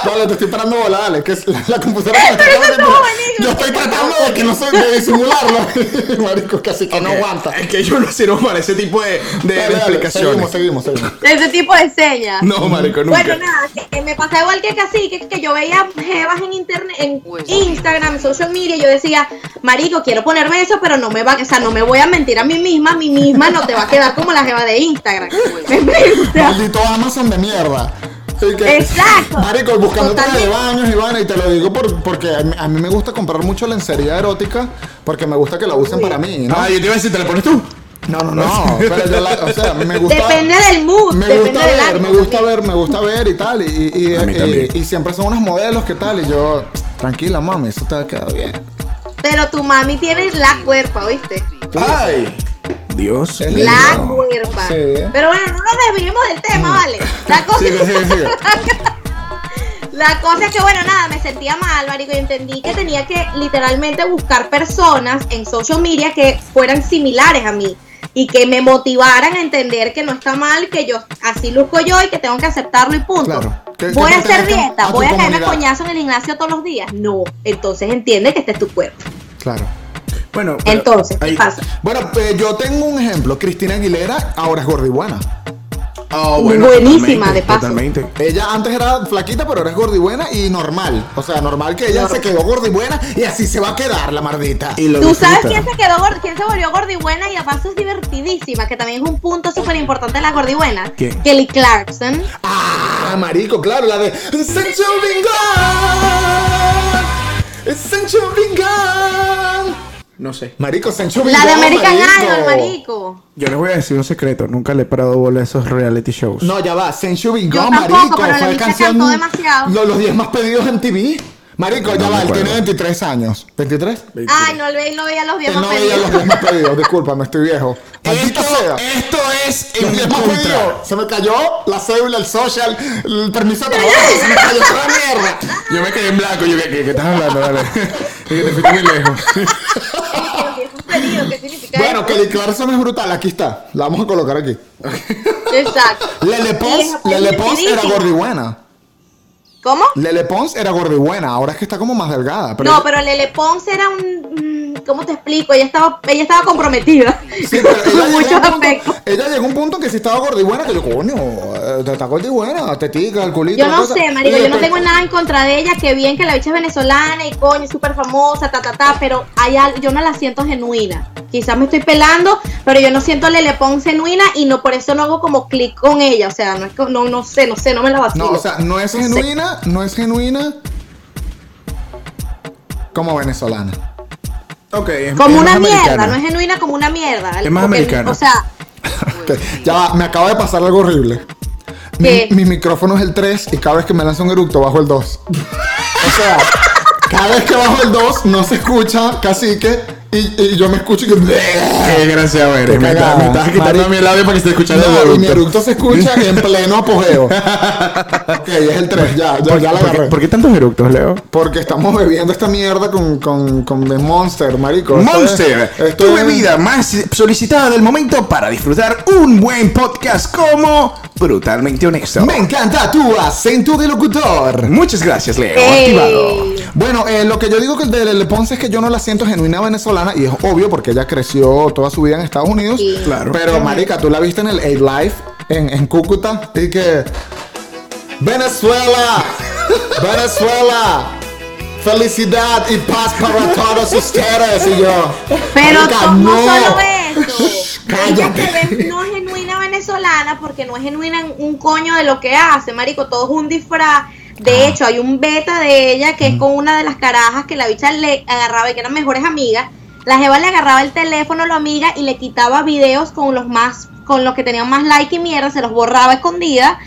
S2: Dale, te estoy parando bola, dale, que es la, la computadora que me
S9: Eh,
S2: está
S9: Pero eso
S2: dando-
S9: estuvo buenísimo.
S2: Yo estoy tratando de que no se de disimularlo. Marico, casi que no aguanta.
S5: Es que yo no sirvo para ese tipo de, de- de
S2: Dale, dale,
S5: explicaciones.
S2: Seguimos, seguimos, seguimos.
S9: ese tipo de señas.
S5: No, marico, nunca.
S9: Bueno, nada, que- que me pasaba igual que casi, que, que yo veía jevas en internet, en Instagram, en social media, y yo decía, marico, quiero ponerme eso, pero no me va, o sea, no me voy a mentir a mí misma, a mí misma no te va a quedar como la jeva de Instagram. ¿Me explico? O sea,
S2: Maldito Amazon de mierda. El que-
S9: Exacto.
S2: Marico, buscando trajes de
S9: Totalmente.
S2: baños, Ivana, y te lo digo por- porque a mí, a mí me gusta comprar mucho lencería erótica porque me gusta que la usen para mí, ¿no?
S5: Ah, yo te iba a decir, ¿te la pones tú?
S2: No, no, no. pero yo la, o sea, me gusta.
S9: depende del mood,
S2: Me
S9: depende
S2: gusta
S9: del
S2: ver,
S9: ánimo
S2: me gusta
S9: también.
S2: ver, me gusta ver y tal. Y, y, y-
S3: A mí
S2: y-
S3: también.
S2: y siempre son unos modelos que tal. Y yo, tranquila, mami, eso te ha quedado bien.
S9: Pero tu mami tiene la cuerpa, ¿oíste?
S2: ¡Ay!
S3: Dios.
S2: Es
S3: mío.
S9: La cuerpa.
S2: Sí. Mm.
S9: Pero bueno, no nos desviemos del tema, ¿vale? La cosa,
S2: Sigue, sigue, sigue.
S9: la cosa es que, bueno, nada, me sentía mal, marico, y entendí que tenía que literalmente buscar personas en social media que fueran similares a mí y que me motivaran a entender que no está mal, que yo así luzco yo y que tengo que aceptarlo y punto.
S2: Claro. Que-
S9: voy
S2: que
S9: a hacer
S2: pertenezcan
S9: dieta,
S2: a tu
S9: voy a caer a
S2: comunidad.
S9: coñazo en el gimnasio todos los días. No, entonces entiende que este es tu cuerpo.
S2: Claro.
S5: Bueno, pero-
S9: Entonces, ¿qué
S5: ahí-
S9: pasa?
S2: Bueno, pues, yo tengo un ejemplo. Cristina Aguilera ahora es gordibuena.
S5: Ah, bueno,
S9: Buenísima, de paso.
S5: Totalmente.
S2: Ella antes era flaquita, pero ahora es gordibuena y normal. O sea, normal que ella se quedó gordibuena y así se va a quedar la mardita.
S5: Y lo
S9: ¿Tú sabes
S5: disfruta.
S9: quién se quedó gor- quién se volvió gordibuena y además es divertidísima? Que también es un punto súper importante de la gordibuena.
S5: ¿Quién?
S9: Kelly Clarkson.
S2: Ah, marico, claro, la de Sancho Vingan. Sancho Vingan.
S5: No sé.
S2: Marico, Sancho
S9: La
S2: Vingan.
S9: de American Idol, marico.
S5: Yo les voy a decir un secreto. Nunca le he parado bola a esos reality shows.
S2: No, ya va, Sancho Vingan,
S9: Yo tampoco,
S2: marico.
S9: pero la
S2: Fue
S9: bicha
S2: canción.
S9: cantó demasiado.
S2: Lo- los 10 más pedidos en TV. Marico, ya
S3: No me
S2: va, él
S3: acuerdo.
S2: tiene 23 años. ¿23?
S9: Ay, no, ve- no veía los
S2: Él
S9: viejos
S2: no veía los 10 más pedidos, discúlpame, estoy viejo. Maldita sea.
S5: esto es
S2: Los 10 más pedidos. Se me cayó la cédula, el social, el permiso de trabajo, se me cayó toda la mierda.
S5: Yo me quedé en blanco. Yo que, ¿qué estás hablando? Dale. Y que te fuiste muy lejos.
S9: Ay, los viejos perdidos, ¿qué significa
S2: Bueno,
S9: eso?
S2: Kelly Clarkson es brutal, aquí está. La vamos a colocar aquí.
S9: Exacto.
S2: Lele
S9: Sí,
S2: Pons,
S9: es
S2: Lele Pons era
S9: divertidísima.
S2: gordibuena.
S9: ¿Cómo?
S2: Lele Pons era gordibuena, ahora es que está como más delgada. Pero
S9: no, pero Lele Pons era un... mm, ¿Cómo te explico? Ella estaba, ella estaba comprometida.
S2: Sí, pero
S9: con
S2: llegó a
S9: muchos
S2: un punto-
S9: aspectos.
S2: ella llegó a un punto que si estaba gordibuena, que yo, coño, eh, te está gordibuena, te tica, el culito.
S9: Yo
S2: la
S9: no
S2: cosa.
S9: sé, marico,
S2: Y
S9: yo no
S2: después-
S9: tengo nada en contra de ella, que bien que la bicha es venezolana y coño, es súper famosa, ta, ta, ta, pero hay al- yo no la siento genuina. Quizás me estoy pelando, pero yo no siento a Lele Pons genuina y no por eso no hago como clic con ella, o sea, no es co- no, no sé, no sé, no me la vacilo.
S2: No, o sea, no es
S9: No sé.
S2: genuina, no es genuina como venezolana.
S5: Ok. es-
S9: como
S5: es
S9: una
S5: más
S9: mierda,
S5: americana.
S9: no es genuina como una mierda.
S5: Es más
S9: Porque-
S5: americana.
S9: O sea,
S2: Ya va, me acaba de pasar algo horrible. Mi,
S9: ¿Qué?
S2: mi micrófono es el 3 y cada vez que me lanza un eructo bajo el 2. O sea, cada vez que bajo el 2 no se escucha cacique y, y yo me escucho y que...
S5: Qué desgraciado eres.
S2: Qué
S5: Me estás
S2: cagada,
S5: me estás quitando
S2: marico.
S5: a mí el labio para que se escuchara
S2: No,
S5: el
S2: y mi
S5: eructo.
S2: eructo se escucha en pleno apogeo. ok, es el 3, ya, ya,
S5: ¿Por,
S2: ya la
S5: por qué-
S2: agarré.
S5: por qué tantos eructos, Leo?
S2: Porque estamos bebiendo esta mierda con, con, con The Monster, marico. Esto es-
S5: Monster,
S2: esto
S5: tu
S2: es-
S5: bebida más solicitada del momento para disfrutar un buen podcast como Brutalmente Honesto.
S2: Me encanta tu acento de locutor.
S5: Muchas gracias, Leo.
S9: ey,
S5: Activado.
S2: Bueno, eh, lo que yo digo que el de Lele Pons es que yo no la siento genuina venezolana y es obvio porque ella creció toda su vida en Estados Unidos.
S9: Sí.
S5: Claro.
S2: Pero, marica, tú la viste en el Aid Life en, en Cúcuta y que... ¡Venezuela! ¡Venezuela! ¡Felicidad y paz para todos ustedes! Y yo...
S9: pero
S2: marica,
S9: no,
S2: no.
S9: solo eso. Ella
S2: Cállate.
S9: se ve no es genuina venezolana porque no es genuina en un coño de lo que hace, marico, todo es un disfraz. De
S2: Ah.
S9: hecho, hay un beta de ella que
S2: Mm.
S9: es con una de las carajas que la bicha le agarraba y que eran mejores amigas. La jeva le agarraba el teléfono a la amiga y le quitaba videos con los más con los que tenían más like y mierda, se los borraba escondida.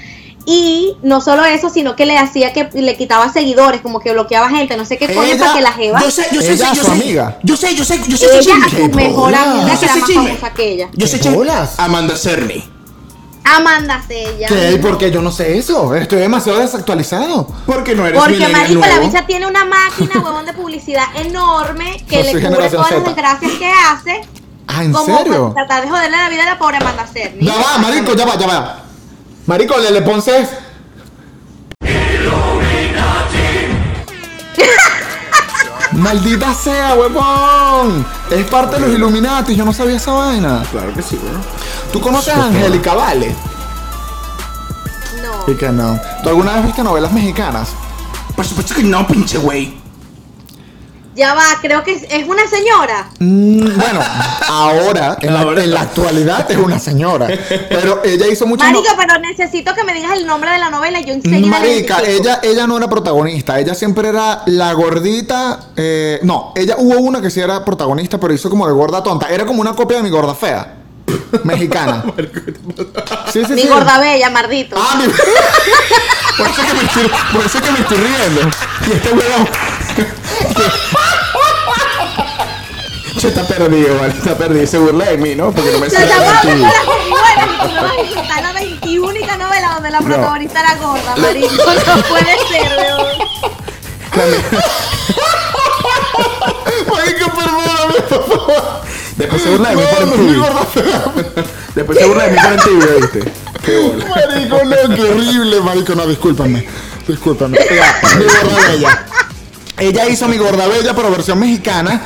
S9: Y Y no solo eso, sino que le hacía que le quitaba seguidores, como que bloqueaba gente, no sé qué coño, para que la jeva.
S10: Yo sé, yo sé,
S2: Ella,
S10: sí, yo
S2: su
S10: sé.
S2: amiga.
S10: Yo sé, yo sé, yo sé ese
S9: ella a
S10: chisme.
S9: su mejor
S10: bolas.
S9: amiga, que
S10: Ese
S9: era más
S10: chisme.
S9: famosa que ella.
S10: Yo sé
S2: ¿Qué
S10: chisme.
S2: bolas?
S10: Amanda Cerny.
S9: Amanda Sella.
S2: ¿Qué? ¿Por qué yo no sé eso? Estoy demasiado desactualizado.
S5: Porque no eres
S9: Porque
S5: millennial
S9: marico, la
S5: nuevo.
S9: bicha tiene una máquina, huevón, de publicidad enorme que
S2: Yo
S9: le
S2: soy
S9: cubre
S2: generación
S9: todas las
S2: Z.
S9: desgracias que hace.
S2: Ah, ¿en
S9: como
S2: serio?
S9: para tratar de joderle la vida a la pobre Amanda Cerny.
S2: Ya va, marico, ya va, ya va. Marico, Lele Ponce es... ¡Maldita sea, huevón! Es parte de los Illuminati, yo no sabía esa vaina.
S5: Claro que sí, bueno.
S2: ¿Tú conoces a Angélica Vale?
S9: No.
S2: Y que no. ¿Tú alguna vez viste novelas mexicanas?
S10: Por supuesto que no, pinche güey.
S9: Ya va, creo que es, es una señora.
S2: Mm, bueno, ahora, en, La, en la actualidad, es una señora. Pero ella hizo muchas no-
S9: Marico, pero necesito que me digas el nombre de la novela y yo enseguida la
S2: Marica,
S9: identifico.
S2: ella, ella no era protagonista, ella siempre era la gordita. eh, no, ella hubo una que sí era protagonista, pero hizo como de gorda tonta. Era como una copia de mi gorda fea. Mexicana. Sí, sí,
S9: Mi
S2: sí.
S9: gorda bella, mardito.
S2: Ah, mi- por, eso que me estoy, por eso que me estoy riendo. Y este huevón.
S5: Che, está perdido, vale, está perdido. Se burla de mí, ¿no? Porque no me
S9: La
S5: sale
S9: llamaba
S5: de ti.
S9: para las y está la 21 novela donde la protagonista era gorda, marico. No puede ser, weón.
S2: Marica, perdóname, por favor.
S5: Después se burla de mí por
S2: No, mi
S5: el
S2: gorda fea.
S5: Después se burla de mí por el tibio, ¿viste?
S2: Marico, no, qué horrible, marico, no, discúlpame. Discúlpame. Mira, mi gorda bella. Ella hizo mi gorda bella, pero versión mexicana.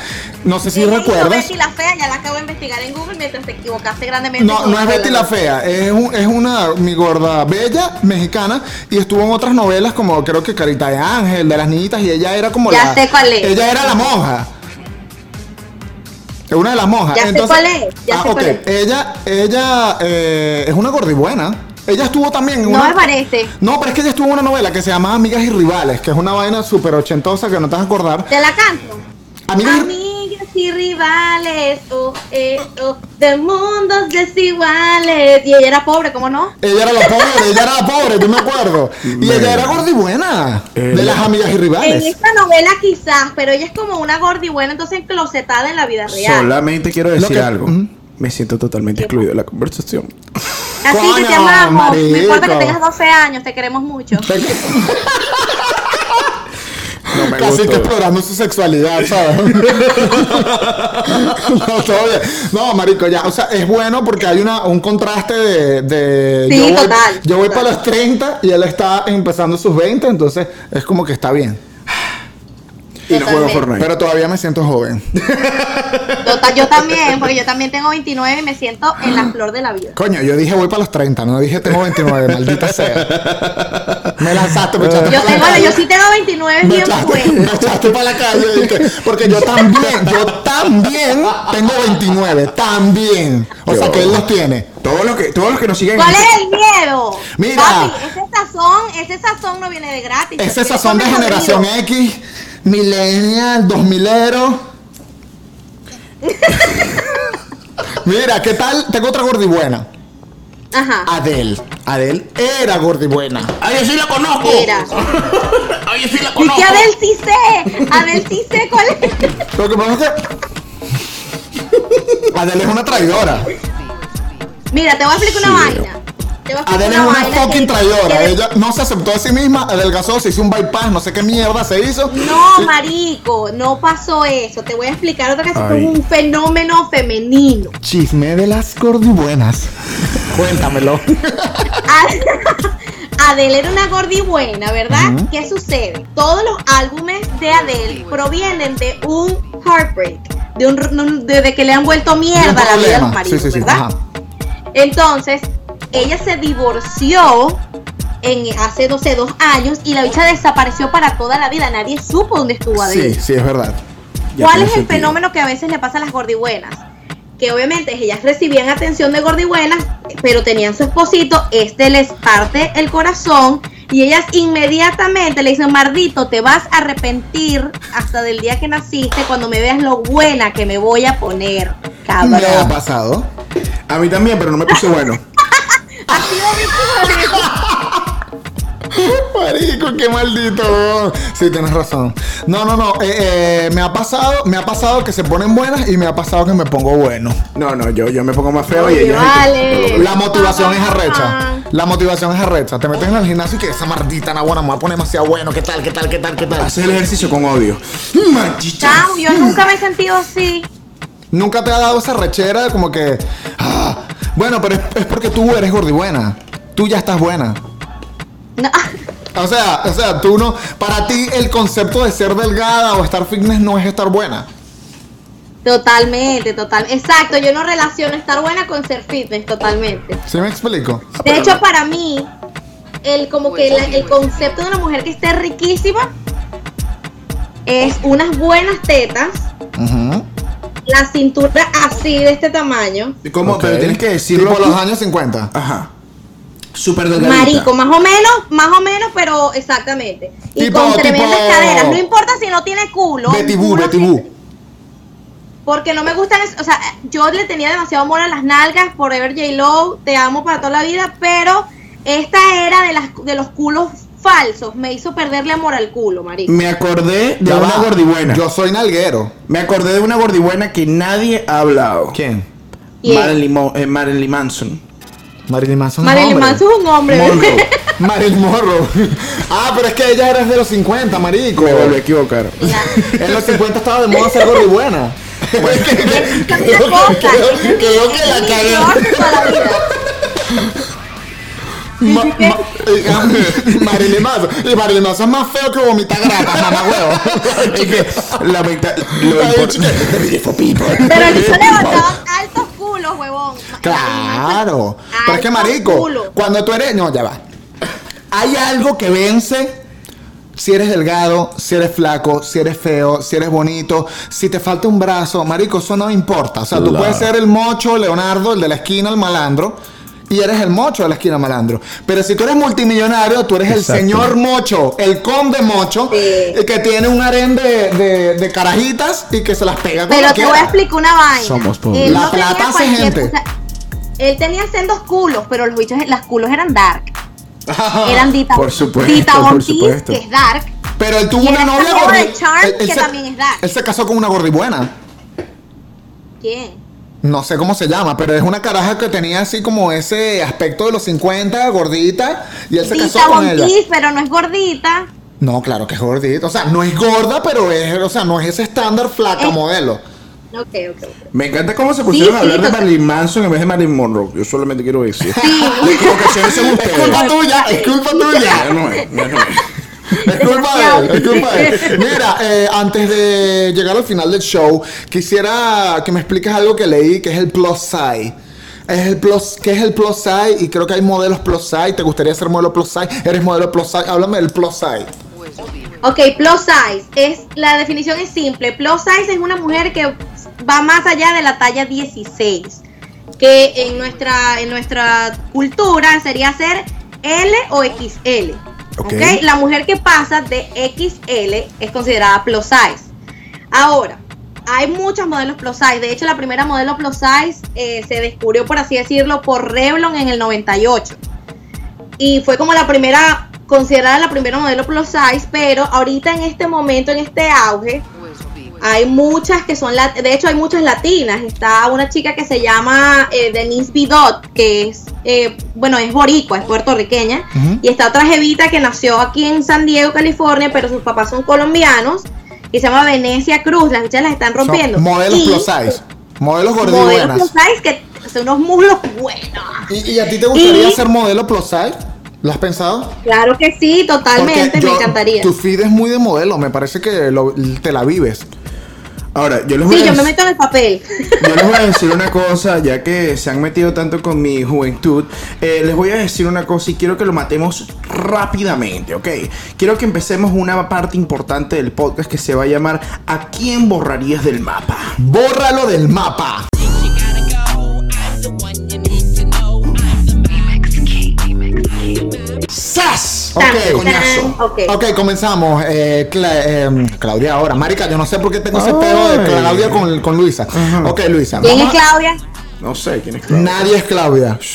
S2: No sé si
S9: Ella hizo
S2: recuerdas.
S9: Betty la fea, ya la acabo de investigar en Google mientras te equivocaste grandemente.
S2: No,
S9: con
S2: no es Betty la Fea, es, un- es una mi gorda bella mexicana y estuvo en otras novelas como creo que Carita de Ángel, de las niñitas y ella era como
S9: Ya
S2: la...
S9: sé cuál es.
S2: Ella era la monja. Es una de las monjas.
S9: Ya sé
S2: Entonces-
S9: cuál es, ya
S2: ah,
S9: sé cuál
S2: ok. Ella, ella eh, es una gordibuena. Ella estuvo también en
S9: No
S2: una...
S9: me parece.
S2: No, pero es que ella estuvo en una novela que se llama Amigas y Rivales, que es una vaina súper ochentosa que no te vas a acordar.
S9: Te la canto.
S2: Amigas y-
S9: Amigas y rivales, oh, eh, oh, de mundos desiguales. Y ella era pobre, ¿cómo no?
S2: Ella era la pobre, ella era la pobre, yo me acuerdo. Y ella era gordibuena, de las amigas y
S9: En
S2: rivales.
S9: esta novela quizás, pero ella es como una gordi buena, entonces enclosetada en la vida real.
S5: Solamente quiero
S2: Lo
S5: decir
S2: que-
S5: algo.
S2: Ujú.
S5: Me siento totalmente excluido de la conversación.
S9: Así
S2: Coño,
S9: que te amamos.
S2: marico.
S9: No importa que tengas 12 años, te queremos mucho.
S5: No me
S2: Casi que
S5: gustó.
S2: explorando su sexualidad, ¿sabes? no, todo bien. No, marico, ya. O sea, es bueno porque hay una, un contraste de... de-
S9: Sí,
S2: yo voy,
S9: total,
S2: Yo voy
S9: total.
S2: para los 30 y él está empezando sus 20, entonces es como que está bien.
S5: Y no juego
S9: Totalmente.
S5: Fortnite.
S2: Pero todavía me siento joven.
S9: Total, yo también, porque yo también tengo 29 y me siento en la flor de la vida.
S2: Coño, yo dije voy para los 30, no dije tengo 29, maldita sea. Me lanzaste, me echaste
S9: Yo
S2: para la
S9: tengo,
S2: calle.
S9: yo sí tengo 29
S2: me
S9: bien
S2: echaste,
S9: pues.
S2: me echaste para la calle, ¿viste? porque yo también, yo también tengo 29, también. O sea que él los tiene.
S5: Todos los que, todos los que nos siguen.
S9: ¿Cuál es el miedo?
S2: Mira.
S9: Papi, ese sazón, ese sazón no viene de gratis.
S2: Ese
S9: Yo quiero
S2: sazón de
S9: comer
S2: generación E.
S9: corrido.
S2: X, millennial, 2000ero. Mira, ¿qué tal? Tengo otra gordibuena.
S9: Ajá.
S2: Adel. Adel era gordibuena.
S10: Ay, yo sí la
S2: Ah,
S10: conozco.
S9: Mira.
S10: Ay, yo sí la
S9: Y
S10: conozco.
S9: que Adel sí sé, Adel sí sé cuál es.
S2: Lo que pasa es que Adel es una traidora.
S9: Mira, te voy a explicar una vaina. Te voy a explicar
S2: Adel es una
S9: vaina
S2: fucking
S9: que-
S2: traidora.
S9: que-
S2: Ella no se aceptó a sí misma, adelgazó, se hizo un bypass, no sé qué mierda se hizo.
S9: No, marico, no pasó eso. Te voy a explicar otra cosa. Esto es un fenómeno femenino.
S2: Chisme de las gordibuenas. Cuéntamelo.
S9: A- Adele era una gordi buena, ¿verdad? ¿Qué sucede? Todos los álbumes de Adele provienen de un heartbreak, de un, un- de, de que le han vuelto
S2: Tiene
S9: mierda
S2: un
S9: a la vida a
S2: problema.
S9: los maridos,
S2: sí, sí, sí.
S9: ¿verdad?
S2: ajá.
S9: Entonces, ella se divorció en hace 12, dos años y la bicha desapareció para toda la vida. Nadie supo dónde estuvo Adele.
S2: Sí, sí, es verdad.
S5: Ya
S9: ¿Cuál
S5: tiene
S9: es el
S5: sentido.
S9: fenómeno que a veces le pasa a las gordibuenas? Que obviamente ellas recibían atención de gordibuenas, pero tenían su esposito, este les parte el corazón y ellas inmediatamente le dicen, Mardito, te vas a arrepentir hasta del día que naciste cuando me veas lo buena que me voy a poner,
S2: Me
S9: cabrón.
S2: ha pasado.
S5: A mí también, pero no me puse bueno.
S9: Así de bicho, marico.
S2: Marico, qué maldito. Sí, tienes razón. No, no, no. eh, eh, me ha pasado, me ha pasado que se ponen buenas y me ha pasado que me pongo bueno.
S5: No, no, yo, yo me pongo más feo y
S9: Oye,
S5: ellos.
S9: vale.
S2: La motivación es arrecha. La motivación es arrecha. Te metes en el gimnasio y que esa maldita nabuena me va a poner demasiado bueno. ¿Qué tal? ¿Qué tal? ¿Qué tal? ¿Qué tal?
S5: Haces el ejercicio con odio. Maldita.
S9: Chamo, yo nunca me he sentido así.
S2: Nunca te ha dado esa rechera de como que. ah, bueno, pero es, es porque tú eres gordibuena. Tú ya estás buena.
S9: No.
S2: O sea, o sea, tú no. Para ti, el concepto de ser delgada o estar fitness no es estar buena.
S9: Totalmente, total. Exacto, yo no relaciono estar buena con ser fitness, totalmente.
S2: ¿Sí me explico?
S9: De hecho, para mí, el como que la- el concepto de una mujer que esté riquísima es unas buenas tetas,
S2: Ujú.
S9: la cintura así de este tamaño,
S5: ¿Cómo?
S2: Ok.
S5: Pero tienes que decirlo.
S2: Tipo
S5: aquí.
S2: los años 50.
S5: Ajá. Súper delgadita.
S9: marico, más o menos, más o menos, pero exactamente. Y
S2: Tipo-
S9: con tremendas
S2: tipo-
S9: caderas, no importa si no tiene culo.
S2: Betty Boo,
S9: culo
S2: Betty
S9: así,
S2: Boo.
S9: Porque no me gustan, es- o sea, yo le tenía demasiado amor a las nalgas, Forever J. Low, te amo para toda la vida, pero esta era de, las, de los culos falsos, me hizo perderle amor al culo, marico.
S5: Me acordé de
S2: Ya
S5: una
S2: va.
S5: gordibuena.
S2: Yo soy nalguero.
S5: Me acordé de una gordibuena que nadie ha hablado.
S2: ¿Quién?
S9: ¿Quién?
S5: Marilyn, Mo- eh, Marilyn Manson.
S2: Marilyn Manson.
S9: Marilyn Manson es un hombre,
S5: Monroe.
S9: ¿ves?
S2: Marilyn Morro. Ah, pero es que ella era de los 50, marico.
S5: Me volví a equivocar.
S2: En los 50 estaba de moda ser gordibuena.
S9: Una cosa,
S2: creo- creo que la
S9: es mi
S2: cagué.
S9: Dior de toda la vida.
S2: Ma- ma- eh, ah, Marilyn Manson. Y Marilyn Manson es más feo que vomitar grapas, mamá huevo.
S5: Es que la venta- lo
S2: Ay,
S5: impor-
S2: chica, the beautiful people.
S9: Pero le hizo levantaban altos culos, huevón.
S2: Claro. Pero es que,
S9: Alto
S2: marico,
S9: culo.
S2: cuando tú eres. No, ya va. Hay algo que vence si eres delgado, si eres flaco, si eres feo, si eres bonito, si te falta un brazo. Marico, eso no importa. O sea, tú
S3: Claro.
S2: puedes ser el mocho, Leonardo, el de la esquina, el malandro. Y eres el mocho de la esquina malandro. Pero si tú eres multimillonario, tú eres el
S3: Exacto.
S2: señor mocho, el conde mocho,
S9: Sí.
S2: eh, que tiene un harén de, de- de carajitas y que se las pega con
S9: Pero
S2: la
S9: te voy a explicar una vaina.
S5: Somos pobres.
S9: Él
S2: La
S9: no tenía
S2: plata hace
S9: cualquier-
S2: gente.
S9: o sea, él tenía sendos culos, pero los bichos, las culos eran dark.
S2: Ah,
S9: Eran Dita,
S5: Por supuesto,
S9: Dita
S5: por
S9: Ortiz,
S5: supuesto.
S9: que es dark.
S2: Pero él tuvo
S9: Y
S2: una
S9: era
S2: novia
S9: esta gorda de
S2: gordi-
S9: Charm, que
S2: se,
S9: también es drag.
S2: él se casó con una gordibuena.
S9: ¿Quién?
S2: No sé cómo se llama, pero es una caraja que tenía así como ese aspecto de los 50, gordita, y él se
S9: Dita
S2: casó con ella.
S9: Ortiz, pero no es gordita.
S2: No, claro que es gordita. O sea, no es gorda, pero es, o sea, no es ese estándar flaca
S9: Eh.
S2: modelo.
S9: Ok, ok, ok.
S5: Me encanta cómo se pusieron
S9: Sí,
S5: a
S9: sí,
S5: hablar de
S9: total.
S5: Marilyn Manson en vez de Marilyn Monroe. Yo solamente quiero decir.
S9: Sí.
S5: La equivocación es en
S2: Es
S5: ustedes.
S2: culpa tuya, es culpa
S5: Ya
S2: tuya.
S5: no es, ya no es.
S2: Es culpa de él, es culpa de él. Mira, eh, antes de llegar al final del show, quisiera que me expliques algo que leí, que es el plus size. Es el plus, ¿Qué es el plus size? Y creo que hay modelos plus size. ¿Te gustaría ser modelo plus size? ¿Eres modelo plus size? Háblame del plus size.
S9: Ok, plus size. Es, la definición es simple. Plus size es una mujer que va más allá de la talla 16. Que en nuestra, en nuestra cultura sería ser L o XL.
S5: Ok.
S9: ok, la mujer que pasa de XL es considerada plus size. Ahora, hay muchos modelos plus size. De hecho, la primera modelo plus size eh, se descubrió, por así decirlo, por Revlon en el 98. Y fue como la primera, considerada la primera modelo plus size, pero ahorita en este momento, en este auge, hay muchas que son, lat- de hecho hay muchas latinas. Está una chica que se llama eh, Denise Bidot, que es, eh, bueno, es boricua, es puertorriqueña. Y está otra jevita que nació aquí en San Diego, California, pero sus papás son colombianos. Y se llama Venecia Cruz. Las bichas las están
S2: Son
S9: rompiendo.
S2: modelos
S9: Y-
S2: plus size. Modelos
S9: Modelos plus
S2: gordibuenas.
S9: size que son unos muslos buenos.
S2: ¿Y, y a ti te gustaría
S9: Y-
S2: ser modelo plus size? ¿Lo has pensado?
S9: Claro que sí, totalmente,
S2: yo-
S9: me encantaría.
S2: Tu feed es muy de modelo. Me parece que lo- te la vives.
S5: Ahora, yo les voy
S9: Sí,
S5: a
S9: yo me
S2: Pues,
S5: decir-
S9: meto en el papel.
S5: Yo les voy a decir una cosa, ya que se han metido tanto con mi juventud, eh, les voy a decir una cosa y quiero que lo matemos rápidamente, ¿ok? Quiero que empecemos una parte importante del podcast que se va a llamar ¿A quién borrarías del mapa?
S2: Bórralo del mapa.
S5: ¡Sas!
S2: Ok,
S9: Tan,
S5: coñazo.
S9: tan, ok.
S2: Ok, comenzamos. Eh, Cla- em, Claudia ahora. Marica, yo no sé por qué tengo ese pedo de Claudia con, con Luisa. Ok, Luisa.
S9: ¿Quién es
S2: vamos a-
S9: Claudia?
S5: No sé quién es Claudio.
S2: Nadie es Claudia.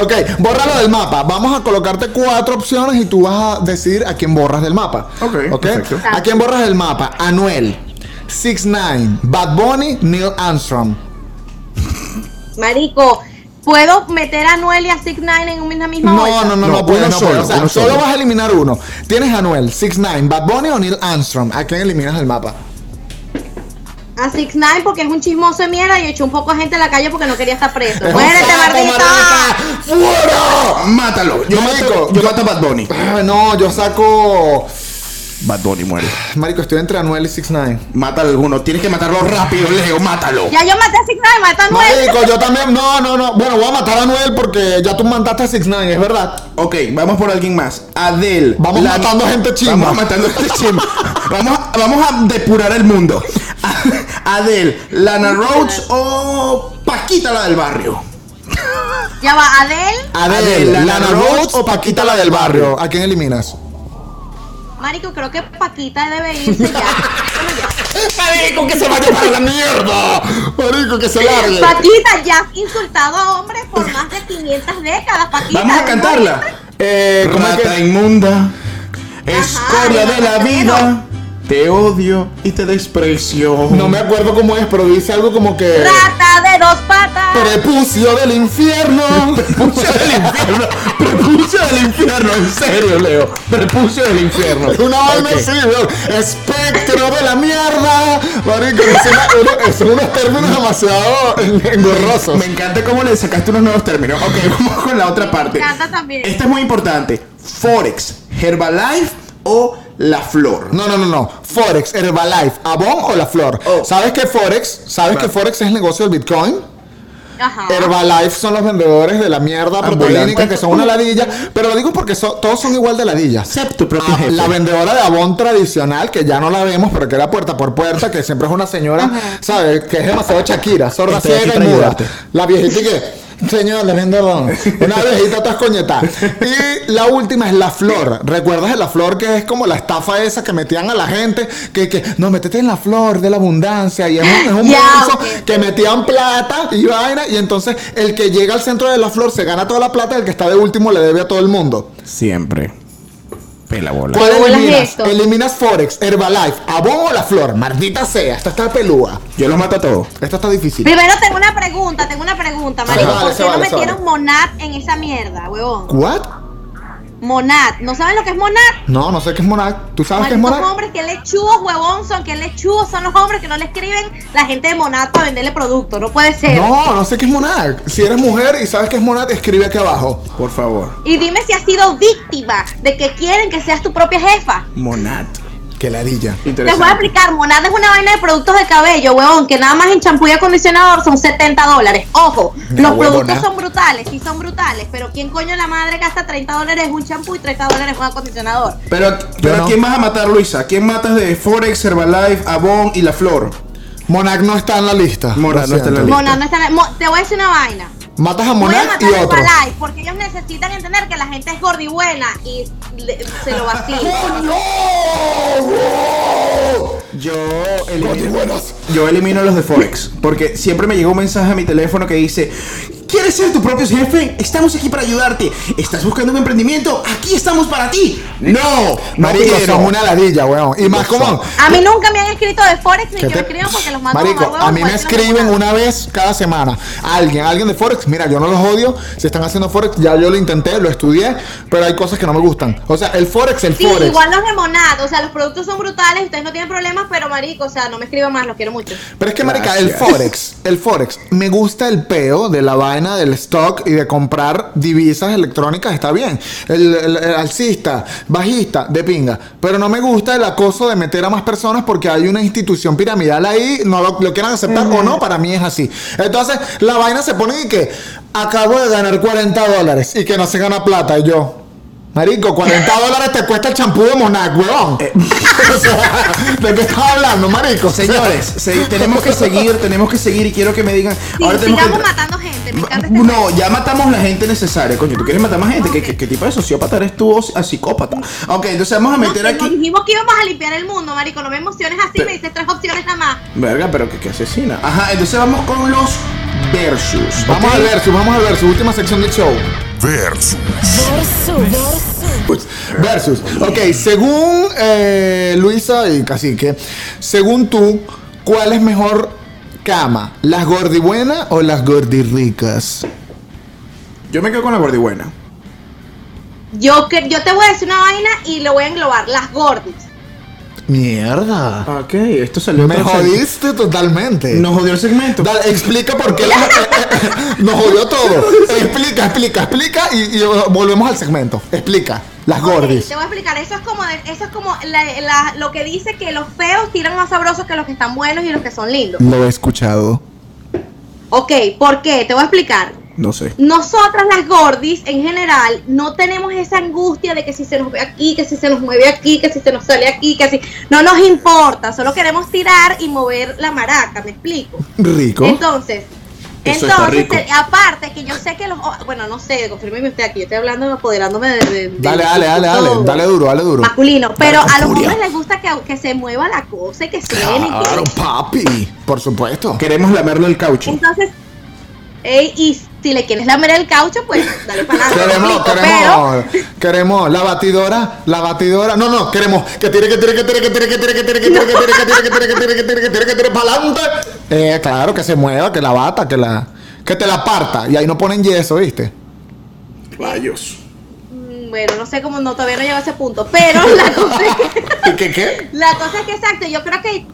S2: Ok, bórralo del mapa. Vamos a colocarte cuatro opciones y tú vas a decidir a quién borras del mapa.
S5: Ok, perfecto.
S2: ¿A quién borras del mapa? Anuel, 6ix9ine, Bad Bunny, Neil Armstrong.
S9: Marico, ¿puedo meter a Noel y a Six Nine en una misma
S2: No,
S9: bolsa?
S2: no, no, no,
S5: No,
S2: puedes,
S5: uno
S2: no
S5: solo,
S2: puedes. O sea,
S5: uno
S2: solo
S5: solo.
S2: vas a eliminar uno. Tienes a Anuel, 6ix9ine, Bad Bunny o Neil Armstrong. ¿A quién eliminas del mapa?
S9: A Six Nine porque es un chismoso de mierda y echó un poco de gente a la calle porque no quería estar preso. ¡Muérete,
S2: ¡Saco,
S9: mardita!
S2: mardita! ¡Fuera!
S10: Mátalo. Yo
S2: Marico,
S10: mato, yo
S2: yo-
S10: mato a Bad Bunny.
S2: Ah, No, yo saco.
S10: Bad Bunny muere.
S2: Marico, estoy entre Anuel y 6ix9ine.
S10: Mátalo alguno. Tienes que matarlo rápido, Leo. Mátalo.
S9: Ya yo maté a Six Nine, mata a Noel.
S2: Marico, yo también. No, no, no. Bueno, voy a matar a Anuel porque ya tú mandaste a 6ix9ine, es verdad.
S5: Ok, vamos por alguien más. Adele.
S2: Vamos matando gente chimba.
S5: Vamos matando gente chimba. vamos, a, vamos a depurar el mundo. Adele, Lana Rhodes o Paquita la del barrio.
S9: Ya va, Adel.
S2: Adele, Lana, Rhodes o Paquita la del barrio. ¿A quién eliminas?
S9: Marico, creo que Paquita debe irse ya. Bueno, ya.
S2: Marico, que se vaya para la mierda. Marico, que se largue.
S9: Paquita, ya has insultado a hombres por más de 500 décadas, Paquita.
S5: Vamos a
S9: ¿no?
S5: cantarla.
S2: Eh, ¿cómo es
S5: Rata
S2: que?
S5: inmunda, escoria
S9: Ajá,
S5: de la
S9: no,
S5: vida, te odio y te desprecio.
S2: No me acuerdo cómo es, pero dice algo como que.
S9: Rata de dos patas.
S2: Prepucio del infierno.
S5: Prepucio del infierno, prepucio del infierno, en serio, Leo. Prepucio del infierno.
S2: Una vaina
S5: Ok.
S2: así, weón. espectro de la mierda. Marico, es una- uno- son unos términos demasiado engorrosos.
S5: Me encanta cómo le sacaste unos nuevos términos. Ok, vamos con la otra parte.
S9: Me encanta también.
S5: Esta es muy importante. Forex, Herbalife o La Flor.
S2: No, no, no, no. Forex, Herbalife, Avon o La Flor.
S5: Oh.
S2: ¿Sabes qué Forex? ¿Sabes que Forex es el negocio del Bitcoin?
S9: Ajá.
S2: Herbalife son los vendedores de la mierda proteínica
S5: Ambulante.
S2: que son una ladilla, pero lo digo porque so- todos son igual de ladillas.
S5: Excepto tu propio
S2: Ah,
S5: jefe.
S2: La vendedora de Avon tradicional, que ya no la vemos, pero que era puerta por puerta, que siempre es una señora, ¿sabes? Que es demasiado Shakira, sorda,
S5: Estoy aquí
S2: ciega y
S5: para
S2: muda.
S5: ayudarte.
S2: La viejita y que... Señor, le vendo Avon". Una viejita estás coñetada. Y la última es la flor. ¿Recuerdas de la flor que es como la estafa esa que metían a la gente? Que, que no, métete en la flor de la abundancia. Y es un, es un
S9: Ya,
S2: bolso
S9: ok.
S2: que metían plata y vaina y entonces el que llega al centro de la flor se gana toda la plata, el que está de último le debe a todo el mundo.
S10: Siempre. Pela bola.
S2: ¿Cuál
S9: bolas
S2: eliminas?
S9: es esto?
S2: Eliminas Forex, Herbalife, Avon o la flor, maldita sea, esta está pelúa.
S10: Yo los mato a todos.
S2: Esta está difícil.
S9: Primero tengo una pregunta, tengo una pregunta, marico.
S2: vale,
S9: ¿Por
S2: se
S9: qué no
S2: vale, se
S9: metieron
S2: vale.
S9: Monat en esa mierda, huevón?
S2: ¿What?
S9: Monat, ¿no saben lo que es Monat?
S2: No, no sé qué es Monarch. ¿Tú sabes Ah, qué es
S9: Marico,
S2: Monarch?
S9: Los hombres que lechudos, huevón, son que lechudos son los hombres que no le escriben la gente de Monat para venderle producto, no puede ser.
S2: No, no sé qué es Monarch. Si eres mujer y sabes qué es Monarch, escribe aquí abajo.
S5: Por favor.
S9: Y dime si has sido víctima de que quieren que seas tu propia jefa.
S5: Monat.
S2: Que ladilla.
S9: Les voy a explicar, Monat es una vaina de productos de cabello, huevón, que nada más en champú y acondicionador son 70 dólares. Ojo,
S2: Una
S9: los
S2: huevona.
S9: productos son brutales, sí son brutales, pero ¿quién coño la madre gasta 30 dólares un champú y 30 dólares un acondicionador?
S5: Pero, pero
S2: no.
S5: ¿quién vas a matar, Luisa? ¿Quién matas de Forex, Herbalife, Avon y La Flor?
S2: Monarch no está en la lista.
S5: Monarch
S2: lo
S5: no está en la
S2: siento.
S5: lista.
S9: Monat no está en la- Mo- Te voy a decir una vaina.
S2: Matas a
S9: Voy a
S2: Monarch
S9: matar
S2: y
S9: a
S2: otro.
S9: Herbalife, porque ellos necesitan entender que la gente es gorda y buena y le- se lo vacía.
S5: Yo elimino, yo elimino los de Forex. Porque siempre me llegó un mensaje a mi teléfono que dice: ¿Quieres ser tu propio jefe? Estamos aquí para ayudarte. ¿Estás buscando un emprendimiento? ¡Aquí estamos para ti! ¡No! ¡No
S2: Marico,
S5: quiero!
S2: son una ladilla, weón. Y más común.
S9: A mí nunca me han escrito de Forex ni
S2: ¿Qué
S9: que
S2: te-
S9: me escriban porque los mando
S2: Marico,
S9: mamar huevos,
S2: a mí me
S9: pues, no me
S2: escriben
S9: jodan.
S2: una vez cada semana. Alguien, alguien de Forex. Mira, yo no los odio. Si están haciendo Forex, ya yo lo intenté, lo estudié, pero hay cosas que no me gustan. O sea, el Forex, el
S9: Sí,
S2: Forex.
S9: igual los de Monad, o sea, los productos son brutales, ustedes no tienen problemas, pero marico, o sea, no me escriban más, los quiero mucho.
S2: Pero es que, marica, el
S5: Gracias.
S2: Forex, el Forex, me gusta el peo de la vaina del stock y de comprar divisas electrónicas, está bien. El, el- el alcista, bajista, de pinga. Pero no me gusta el acoso de meter a más personas porque hay una institución piramidal ahí, no lo, lo quieran aceptar o no, para mí es así. Entonces, la vaina se pone y que acabo de ganar 40 dólares y que no se gana plata, y yo. Marico, 40 dólares te cuesta el champú de Monac, weón. O sea, ¿de qué estás hablando, marico?
S5: Señores, se- tenemos que seguir, tenemos que seguir y quiero que me digan.
S9: Sí,
S5: tenemos
S9: sigamos
S5: que-
S9: matando gente, me encanta este
S5: No, ya matamos la gente necesaria, coño. ¿Tú quieres matar más gente? ¿Qué, qué, qué tipo de sociópata eres tú o si- a psicópata? Ok, entonces vamos a
S9: No,
S5: meter
S9: que nos
S5: aquí.
S9: dijimos que íbamos a limpiar el mundo, marico, no me emociones así,
S5: Pero-
S9: me dices tres opciones nada más.
S5: Verga, pero que, que asesina. Ajá, entonces vamos con los versus.
S2: Vamos
S5: ¿ok?
S2: al versus, vamos al versus. Última sección del show.
S4: Versus.
S1: Versus, versus.
S2: Pues, Versus. Ok, según eh, Luisa y Cacique, según tú, ¿cuál es mejor cama? ¿Las gordibuenas o las gordirricas?
S5: Yo me quedo con la gordibuena.
S9: Yo, que, yo te voy a decir una vaina y lo voy a englobar, las gordis.
S2: Mierda.
S5: Ok, esto salió
S2: Me
S5: otro
S2: jodiste totalmente.
S5: segmento. Nos jodió el segmento.
S2: Dale, explica por qué las- eh, nos jodió todo. Explica, explica, explica y, y volvemos al segmento. Explica. Las
S9: Ok,
S2: gordis.
S9: Te voy a explicar, eso es como, de- eso es como la- la- lo que dice que los feos tiran más sabrosos que los que están buenos y los que son lindos.
S2: Lo he escuchado.
S9: Ok, ¿por qué? Te voy a explicar.
S5: No sé.
S9: Nosotras las gordis en general no tenemos esa angustia de que si se nos ve aquí, que si se nos mueve aquí, que si se nos sale aquí, que si no nos importa, solo queremos tirar y mover la maraca, ¿me explico?
S2: Rico.
S9: Entonces,
S5: Eso está
S9: entonces
S5: rico.
S9: te- aparte que yo sé que los oh, bueno, no sé, confírmeme usted aquí, yo estoy hablando apoderándome de, de- de-
S2: Dale, dale, dale,
S9: todo
S2: dale. Dale duro, dale duro.
S9: masculino, pero
S2: Dale con
S9: a los
S2: furia.
S9: hombres les gusta que, que se mueva la cosa y que se den y que-
S2: Claro, papi. Por supuesto.
S5: Queremos lamerle el caucho.
S9: Entonces, ey, y si le quieres lamer el caucho, pues dale para adelante.
S2: Queremos,
S9: Pablito,
S2: queremos, queremos la batidora, la batidora. No, no, queremos que tire, que tire, que tire, que tire, que tire, que tire, que tire, que tire, que tire, que tire, que tire, que tire, que tire, que tire, para adelante. Eh, claro, que se mueva, que la bata, que la, que te la parta. Y ahí no ponen yeso, ¿viste?
S5: Rayos.
S9: Mm, Bueno, no sé cómo no, todavía no llego a ese punto, pero la cosa es que,
S2: ¿Qué, qué?
S9: la cosa es que exacto, yo creo que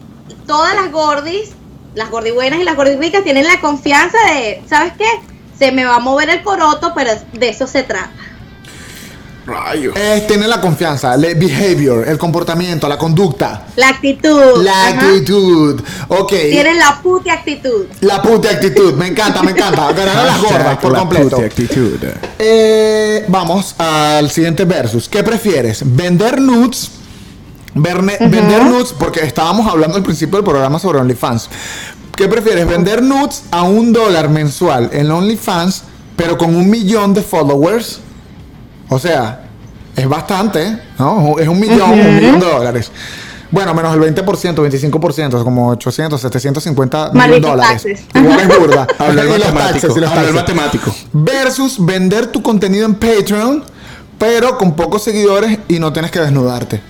S9: todas las gordis, las gordibuenas y las gordibicas tienen la confianza de, ¿sabes qué? Se me va a mover el coroto, pero de eso se trata.
S5: Rayos.
S2: Eh, tiene la confianza, el behavior, el comportamiento, la conducta,
S9: La actitud.
S2: la
S9: ajá.
S2: actitud. Ok.
S9: Tienen la puta actitud.
S2: La puta actitud, me encanta, me encanta. Ganaron las gordas por completo.
S5: actitud.
S2: Eh, vamos al siguiente versus. ¿Qué prefieres? ¿Vender nudes? Verne- ¿Vender nudes? Porque estábamos hablando al principio del programa sobre OnlyFans. ¿Qué prefieres? ¿Vender nudes a un dólar mensual en OnlyFans, pero con un millón de followers? O sea, es bastante, ¿eh? ¿no? Es un millón, un millón de dólares. Bueno, menos el 20%, 25%, como 800, 750
S9: Más
S2: mil
S9: los
S2: dólares.
S9: taxes.
S2: Igual es burda.
S5: Habla el
S2: Y los
S5: matemático,
S2: taxes, y los
S5: habla el
S2: taxes.
S5: matemático.
S2: Versus vender tu contenido en Patreon, pero con pocos seguidores y no tienes que desnudarte.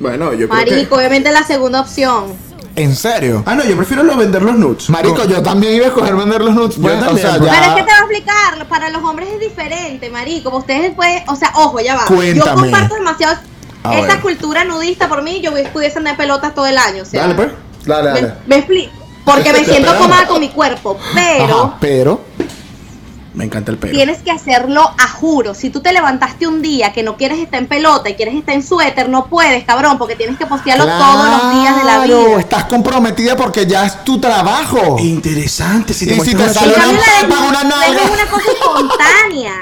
S5: Bueno, yo creo
S9: Marico,
S5: que...
S9: obviamente la segunda opción.
S2: ¿En serio?
S5: Ah, no, yo prefiero lo vender los nudes.
S2: Marico, yo también iba a escoger vender los nudes. pues, o
S5: Ah, también,
S2: sea,
S5: bro.
S9: Pero es que te
S2: ya.
S9: voy a explicar, para los hombres es diferente, marico. Ustedes pueden, o sea, ojo, ya va.
S2: Cuéntame.
S9: Yo comparto demasiado
S5: A
S9: esta
S5: ver.
S9: cultura nudista por mí, yo pudiese andar en pelotas todo el año. O sea,
S5: Dale, pues.
S2: Dale,
S9: me,
S2: dale.
S9: me explico. Porque me
S5: Te
S9: siento
S5: esperamos.
S9: cómoda con mi cuerpo, pero
S2: Ajá, pero.
S5: Me encanta el pelo.
S9: tienes que hacerlo a juro. Si tú te levantaste un día que no quieres estar en pelota y quieres estar en suéter, no puedes, cabrón, porque tienes que postearlo todos los días de la
S2: Claro,
S9: vida.
S2: Estás comprometida porque ya es tu trabajo.
S5: Interesante. Si te
S2: Y si
S5: muestras
S2: te sale
S5: la
S9: En
S5: tela-
S2: una
S9: cambio, la
S2: papa, una
S9: desnudaje
S2: nalga.
S9: es una cosa espontánea.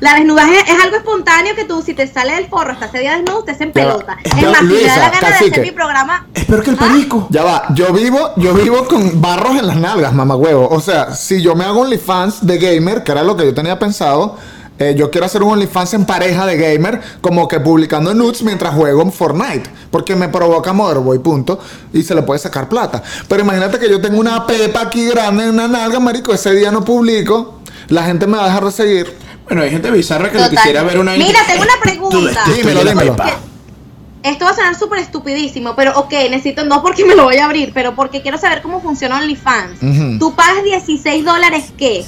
S9: La desnudaje es algo espontáneo que tú, si te sale del forro, estás ese día desnudo, usted se en
S2: Ya va.
S9: pelota.
S2: Ya,
S9: Es más, si me da
S2: Luisa,
S9: la gana de
S2: cacique.
S9: hacer mi programa,
S5: Es peor que el panico.
S2: Ya va, yo vivo, yo vivo con barros en las nalgas, mamá huevo. O sea, si yo me hago OnlyFans de gamer, que era lo que yo tenía pensado, eh, yo quiero hacer un OnlyFans en pareja de gamer, como que publicando nudes mientras juego en Fortnite, porque me provoca Motherboy, punto, y se le puede sacar plata. Pero imagínate que yo tengo una pepa aquí grande en una nalga, marico, ese día no publico, la gente me va a dejar de seguir.
S5: Bueno, hay gente bizarra que
S9: Total.
S5: lo quisiera ver una...
S9: Mira, tengo una
S5: Esto-
S9: pregunta.
S5: esto
S2: Dímelo,
S5: ya la
S2: dímelo.
S5: pepa.
S9: esto va a sonar súper estupidísimo, pero ok, necesito, no porque me lo voy a abrir, pero porque quiero saber cómo funciona OnlyFans.
S2: Ujú.
S9: Tú pagas 16 dólares, ¿qué?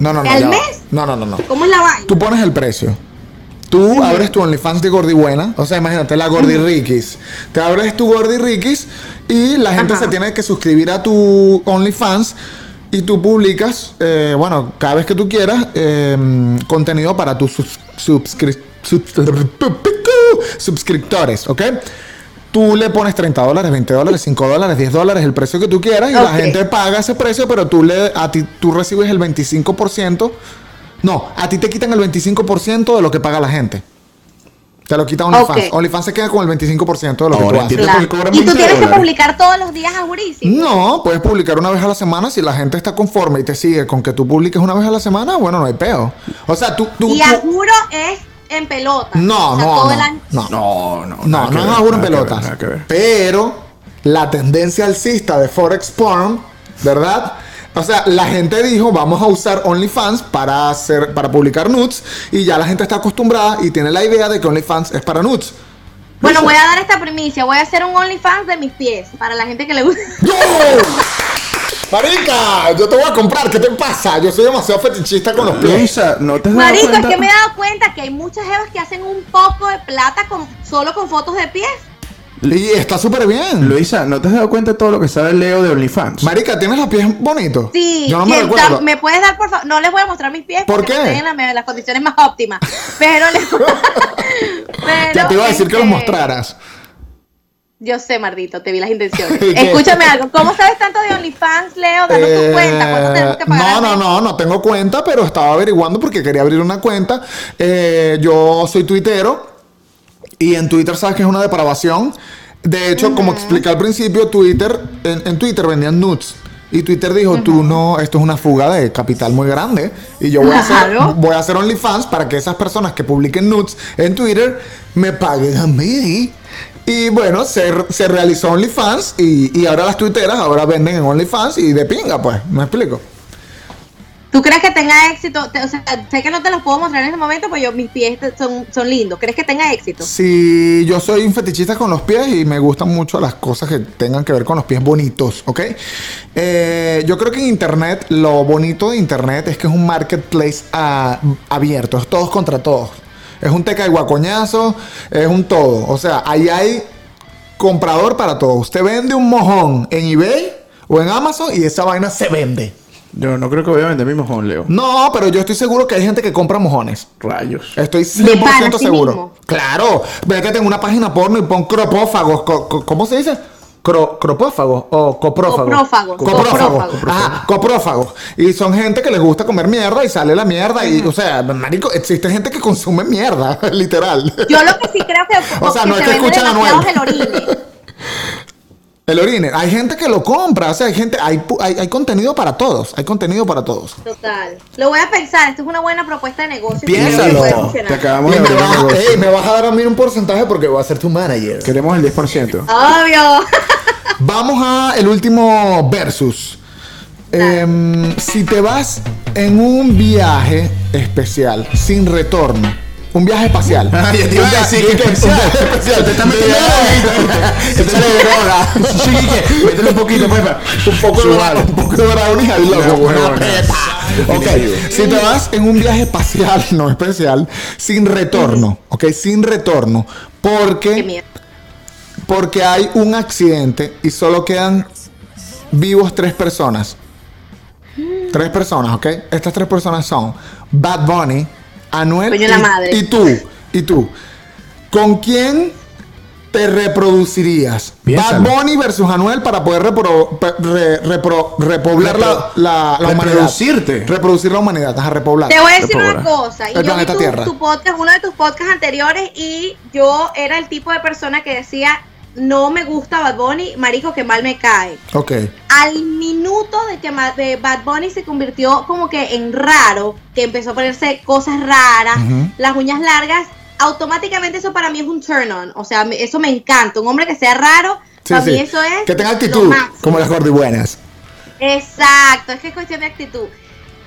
S2: No, no, no.
S9: ¿Al
S2: ya va.
S9: mes?
S2: No, no, no, no.
S9: ¿Cómo es la vaina?
S2: Tú pones el precio. Tú abres tu OnlyFans de Gordibuena. O sea, imagínate la Gordi Rickies. Te abres tu Gordi Rickies y la gente
S9: Ajá.
S2: se tiene que suscribir a tu OnlyFans. Y tú publicas, eh, bueno, cada vez que tú quieras, eh, contenido para tus subs- subscri- subs- suscriptores, ¿ok? Tú le pones 30 dólares, 20 dólares, 5 dólares, 10 dólares, el precio que tú quieras, y la
S9: Ok.
S2: gente paga ese precio, pero tú le a ti tú recibes el 25%. No, a ti te quitan el 25% de lo que paga la gente. Te lo quita OnlyFans.
S9: Ok.
S2: OnlyFans se queda con el 25% de lo
S5: Ahora
S2: que tú haces.
S5: entiendo.
S9: Claro.
S5: porque cobran
S9: Y tú
S5: 20
S9: tienes que
S5: dólares.
S9: publicar todos los días a jurísimo.
S2: No, puedes publicar una vez a la semana. Si la gente está conforme y te sigue con que tú publiques una vez a la semana, bueno, no hay peo. O sea, tú... tú,
S9: Y a
S2: tú-
S9: juro es en pelota.
S2: no,
S9: O sea,
S2: no,
S9: todo
S2: no,
S9: el año-
S2: no.
S5: No, no. nada
S2: No,
S5: que
S2: no
S5: ver,
S2: es ahora en
S5: nada que ver,
S2: pelotas.
S5: nada que ver.
S2: Pero la tendencia alcista de Forex Porn ¿verdad? O sea, la gente dijo, vamos a usar OnlyFans para hacer, para publicar nudes y ya la gente está acostumbrada y tiene la idea de que OnlyFans es para nudes.
S9: Bueno, voy a dar esta primicia. Voy a hacer un OnlyFans de mis pies. Para la gente que le gusta.
S2: ¡No! Marica, yo te voy a comprar, ¿qué te pasa? Yo soy demasiado fetichista con los pies.
S10: Luisa, no te has dado
S9: Marico, es
S10: cuenta.
S9: que me he dado cuenta que hay muchas jevas que hacen un poco de plata con, solo con fotos de pies.
S2: Y está súper bien.
S10: Luisa, ¿no te has dado cuenta de todo lo que sabe Leo de OnlyFans?
S2: Marica, ¿tienes los pies bonitos?
S9: Sí,
S2: Yo no me
S9: que-
S2: recuerdo.
S9: da- me puedes dar, por favor. No les voy a mostrar mis pies
S2: ¿Por qué?
S9: no están en la- en las condiciones más óptimas. Pero les. pero,
S2: Ya te iba a decir que los
S9: este,
S2: mostraras.
S9: Yo sé, Mardito, te vi las intenciones.
S2: ¿Qué?
S9: Escúchame algo. ¿Cómo sabes tanto de OnlyFans, Leo? Danos tu cuenta. ¿Cuánto
S2: Eh,
S9: tenemos que pagar?
S2: no,
S9: al
S2: no,
S9: mes?
S2: no, no tengo cuenta, pero estaba averiguando porque quería abrir una cuenta. Eh, yo soy tuitero y en Twitter sabes que es una depravación. De hecho, como expliqué al principio, Twitter, en, en Twitter vendían nudes. Y Twitter dijo, tú no, esto es una fuga de capital muy grande. Y yo voy a hacer,
S9: Claro.
S2: voy a hacer OnlyFans para que esas personas que publiquen nudes en Twitter me paguen a mí. Y bueno, se, se realizó OnlyFans y, y ahora las tuiteras ahora venden en OnlyFans y de pinga, pues, me explico.
S9: ¿Tú crees que tenga éxito? Te- o sea, sé que no te los puedo mostrar en este momento, pero yo, mis pies te- son, son lindos. ¿Crees que tenga éxito?
S2: Si yo soy un fetichista con los pies y me gustan mucho las cosas que tengan que ver con los pies bonitos, ¿ok? Eh, yo creo que en Internet, lo bonito de Internet es que es un marketplace ah, abierto, es todos contra todos. Es un teca de guacoñazo, es un todo. O sea, ahí hay comprador para todo. Usted vende un mojón en eBay o en Amazon y esa vaina se vende.
S10: Yo no creo que voy a vender mi mojón, Leo.
S2: No, pero yo estoy seguro que hay gente que compra mojones.
S10: Rayos.
S2: Estoy
S9: De pana,
S2: 100%
S9: así
S2: seguro.
S9: mismo.
S2: Claro, métete en una página porno y pon cropófagos. co- co- ¿Cómo se dice? Cro- ¿Cropófagos o coprófagos?
S9: Coprófagos,
S2: Coprófagos.
S9: coprófagos.
S2: Ajá, coprófagos. Y son gente que les gusta comer mierda y sale la mierda. Y, o sea, marico, existe gente que consume mierda, literal.
S9: Yo lo que sí creo que,
S2: O sea, no es que
S9: venden
S2: escuchan a
S9: demasiados
S2: Noel.
S9: el orine.
S2: El orine. Hay gente que lo compra. O sea, hay gente, hay, pu- hay, hay contenido para todos. Hay contenido para todos.
S9: Total. Lo voy a pensar. Esto es una buena propuesta de negocio. que creo que
S2: Piénsalo.
S9: puede funcionar.
S10: Te acabamos
S2: Y
S10: de
S2: me,
S10: abrir un
S2: vas,
S10: negocio.
S2: ey, me vas a dar a mí un porcentaje porque voy a ser tu manager.
S10: Queremos el 10%.
S9: Obvio.
S2: Vamos a el último versus. Em, si te vas en un viaje especial, sin retorno, un viaje espacial.
S10: Ah, ya te iba
S2: Un
S10: a
S2: via-
S10: decir
S2: un
S10: que
S2: via-
S10: especial.
S2: un viaje especial.
S10: Te estás metiendo
S2: De
S10: droga.
S2: verdad.
S10: Te estás metiendo droga. Sí, que métele un poquito, pues. pa-
S2: Un poco de
S10: Suave.
S2: brownie, un poco de brownie al loco,
S10: No,
S2: güey.
S10: no, no.
S2: Aprieta. Ok,
S10: Definitivo.
S2: si te vas en un viaje espacial, no especial, sin retorno, ok, sin retorno, porque
S9: Qué miedo.
S2: porque hay un accidente y solo quedan vivos tres personas. Tres personas, ¿ok? Estas tres personas son Bad Bunny, Anuel
S9: Coño,
S2: y,
S9: la madre.
S2: y tú. Y tú. ¿Con quién te reproducirías?
S10: Piénsalo.
S2: Bad Bunny versus Anuel para poder repro- pe- re- repro- repoblar la, la, la humanidad.
S10: Reproducirte.
S2: Reproducir la humanidad, ajá, repoblar.
S9: Te voy a decir una
S10: Pobre.
S9: cosa.
S2: El
S9: Y yo vi
S2: planeta
S9: tu,
S2: Tierra.
S9: tu podcast, uno de tus podcasts anteriores, y yo era el tipo de persona que decía, no me gusta Bad Bunny, marico, que mal me cae.
S2: Ok.
S9: Al minuto de que Ma- de Bad Bunny se convirtió como que en raro, que empezó a ponerse cosas raras,
S2: Ujú.
S9: las uñas largas, automáticamente eso para mí es un turn on. O sea, me- eso me encanta. Un hombre que sea raro,
S2: Sí,
S9: para mí
S2: sí.
S9: eso es.
S2: que tenga
S9: lo
S2: actitud,
S9: máximo.
S2: como las gordibuenas.
S9: Exacto, es que es cuestión de actitud.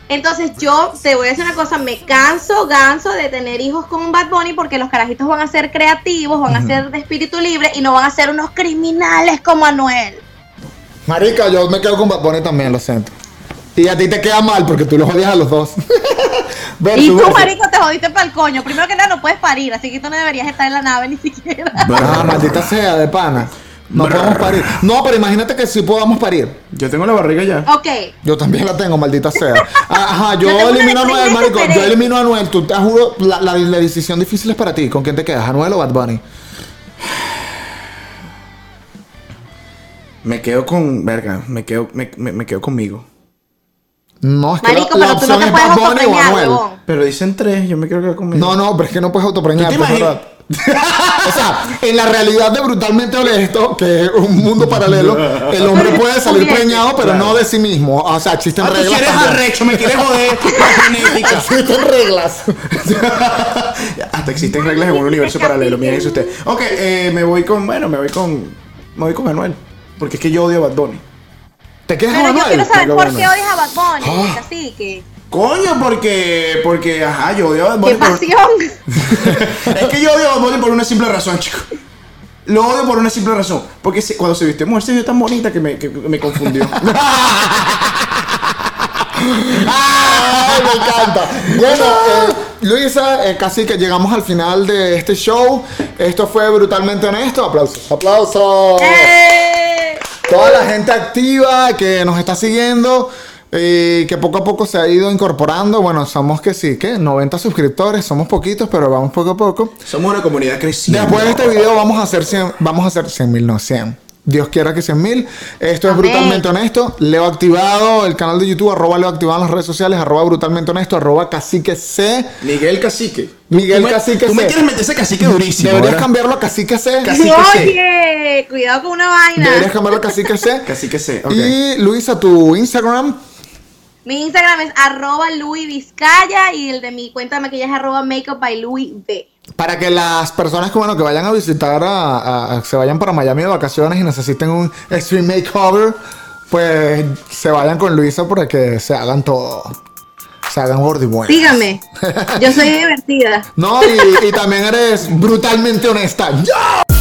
S9: Entonces yo te voy a decir una cosa, me canso, ganso de tener hijos con Bad Bunny porque los carajitos van a ser creativos, van a ser de espíritu libre y no van a ser unos criminales como Anuel.
S2: Marica, yo me quedo con Bad Bunny también, lo siento. Y a ti te queda mal porque tú los odias a los dos. Versus,
S9: Y tú,
S2: versus.
S9: marico, te jodiste para el coño. Primero que nada, no puedes parir, así que tú no deberías estar en la nave ni siquiera.
S2: Ah, maldita sea, de pana. No podemos parir. No, pero imagínate que sí podamos parir.
S10: Yo tengo la barriga ya.
S9: Ok,
S2: Yo también la tengo, maldita sea. Ah, Ajá, yo,
S9: Yo tengo una
S2: elimino a Anuel,
S9: experiencia
S2: marico. Yo
S9: diferente.
S2: elimino a Anuel. Tú te juro, la, la- la decisión difícil es para ti. ¿Con quién te quedas, Anuel o Bad Bunny?
S10: Me quedo con. Verga, me quedo, me, me- me quedo conmigo.
S2: No, es que
S9: marico,
S2: la, la
S9: pero tú no
S2: opción
S9: te
S2: es
S9: puedes
S2: Bad Bunny o
S9: autopreñar,
S2: Anuel.
S9: huevón.
S10: Pero dicen tres, yo me quiero quedar conmigo.
S2: No, no, pero es que no puedes autopreñarte,
S10: ¿Tú
S2: es
S10: te imaginas?
S2: verdad. o sea, en la realidad de Brutalmente Honesto, que es un mundo paralelo, el hombre puede salir
S9: Pudiese.
S2: preñado, pero no de sí mismo. O sea, existen
S10: Ah, tú sí
S2: reglas.
S10: eres
S2: también.
S10: arrecho, me quieres joder. La genética.
S2: Existen reglas.
S10: Hasta existen reglas en un universo paralelo, miren eso usted. Ok, eh, me voy con. Bueno, me voy con. Me voy con Manuel. Porque es que yo odio a Bad Bunny.
S2: ¿Te quedas
S9: Pero
S2: con
S9: yo
S2: Anuel?
S9: quiero saber
S2: Pero
S9: por
S2: bueno.
S9: qué odias a Bad Bunny,
S2: Ah.
S9: así que.
S5: Coño, porque, porque, ajá, yo odio a Bad
S9: ¡Qué
S5: Bunny por-
S9: pasión!
S5: es que yo odio a Bad Bunny por una simple razón, chicos. Lo odio por una simple razón. Porque se- cuando se vistió de mujer se vio tan bonita que me, que me confundió.
S2: ¡Ay, me encanta! Bueno, eh, Luisa, eh, casi que llegamos al final de este show. Esto fue brutalmente honesto. Aplausos, aplausos.
S9: ¡Eh!
S2: Toda la gente activa que nos está siguiendo. eh, que poco a poco se ha ido incorporando. Bueno, somos que sí, que 90 suscriptores, somos poquitos, pero vamos poco a poco.
S5: Somos una comunidad creciente.
S2: Después de este video vamos a hacer 100, vamos a hacer 100 mil, no 100. Dios quiera que 100 mil. Esto es
S9: Amén.
S2: brutalmente honesto. Leo activado, el canal de YouTube, arroba Leo activado en las redes sociales, arroba brutalmente honesto, arroba cacique C.
S5: Miguel Cacique.
S2: Miguel
S5: Tú me-
S2: Cacique
S5: Tú me
S2: C.
S5: quieres meter ese cacique durísimo.
S2: Deberías
S5: ¿verdad?
S2: cambiarlo a cacique C.
S5: Cacique C.
S9: Oye, cuidado con una
S2: Deberías
S9: vaina.
S2: cambiarlo a cacique C.
S5: Cacique C, ok.
S2: Y Luisa, tu Instagram.
S9: Mi Instagram es arroba Luis Vizcaya y el de mi cuenta de maquillaje es arroba Makeup by Luis B.
S2: Para que las personas que, bueno, que vayan a visitar, a, a- a- se vayan para Miami de vacaciones y necesiten un extreme makeover, pues se vayan con Luisa para que se hagan todo. Se hagan gordi bueno.
S9: Síganme. Yo soy divertida.
S2: No, y, y también eres brutalmente honesta. ¡Ya!